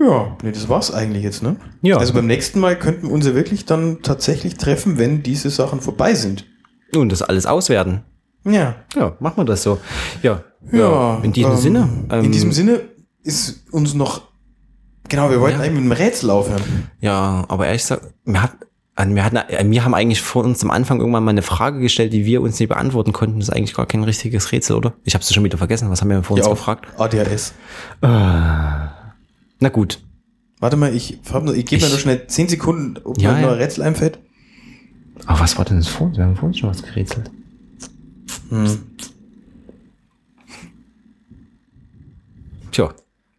ja, nee, das war's eigentlich jetzt, ne?
Ja.
Also beim nächsten Mal könnten wir uns ja wirklich dann tatsächlich treffen, wenn diese Sachen vorbei sind.
Nun, das alles auswerten.
Ja.
Ja, machen wir das so. Ja.
Ja,
in diesem
ähm,
Sinne. ähm,
in diesem Sinne ist uns noch. Genau, wir wollten
Ja.
eigentlich mit einem Rätsel aufhören.
Ja, aber ehrlich gesagt, mir hat, an mir hatten, an mir haben eigentlich vor uns am Anfang irgendwann mal eine Frage gestellt, die wir uns nicht beantworten konnten. Das ist eigentlich gar kein richtiges Rätsel, oder? Ich habe es schon wieder vergessen. Was haben wir vor uns gefragt?
ADHS.
Äh. Na gut.
Warte mal, ich, frag nur- ich gebe mir
Ich-
nur schnell 10 Sekunden, ob
Ja,
mir
ja.
noch ein Rätsel einfällt.
Aber was war denn das vor uns? Wir haben vor uns schon was gerätselt. Hm. Tja,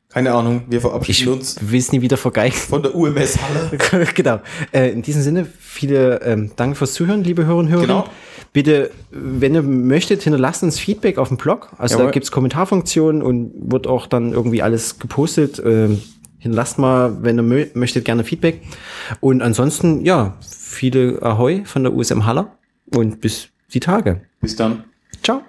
Keine Ahnung, wir verabschieden
ich
uns
will es nie wieder vergeigen.
von der UMS Halle.
genau. Äh, in diesem Sinne, viele ähm, Dank fürs Zuhören, liebe Hörerinnen und Hörer.
Genau.
Bitte, äh, wenn ihr möchtet, hinterlasst uns Feedback auf dem Blog. Also da
Jawohl.
gibt's Kommentarfunktionen und wird auch dann irgendwie alles gepostet. Ähm, hinterlasst mal, wenn ihr mö möchtet, gerne Feedback. Und ansonsten, ja, viele Ahoi von der USM Haller und bis die Tage.
Bis dann.
Ciao.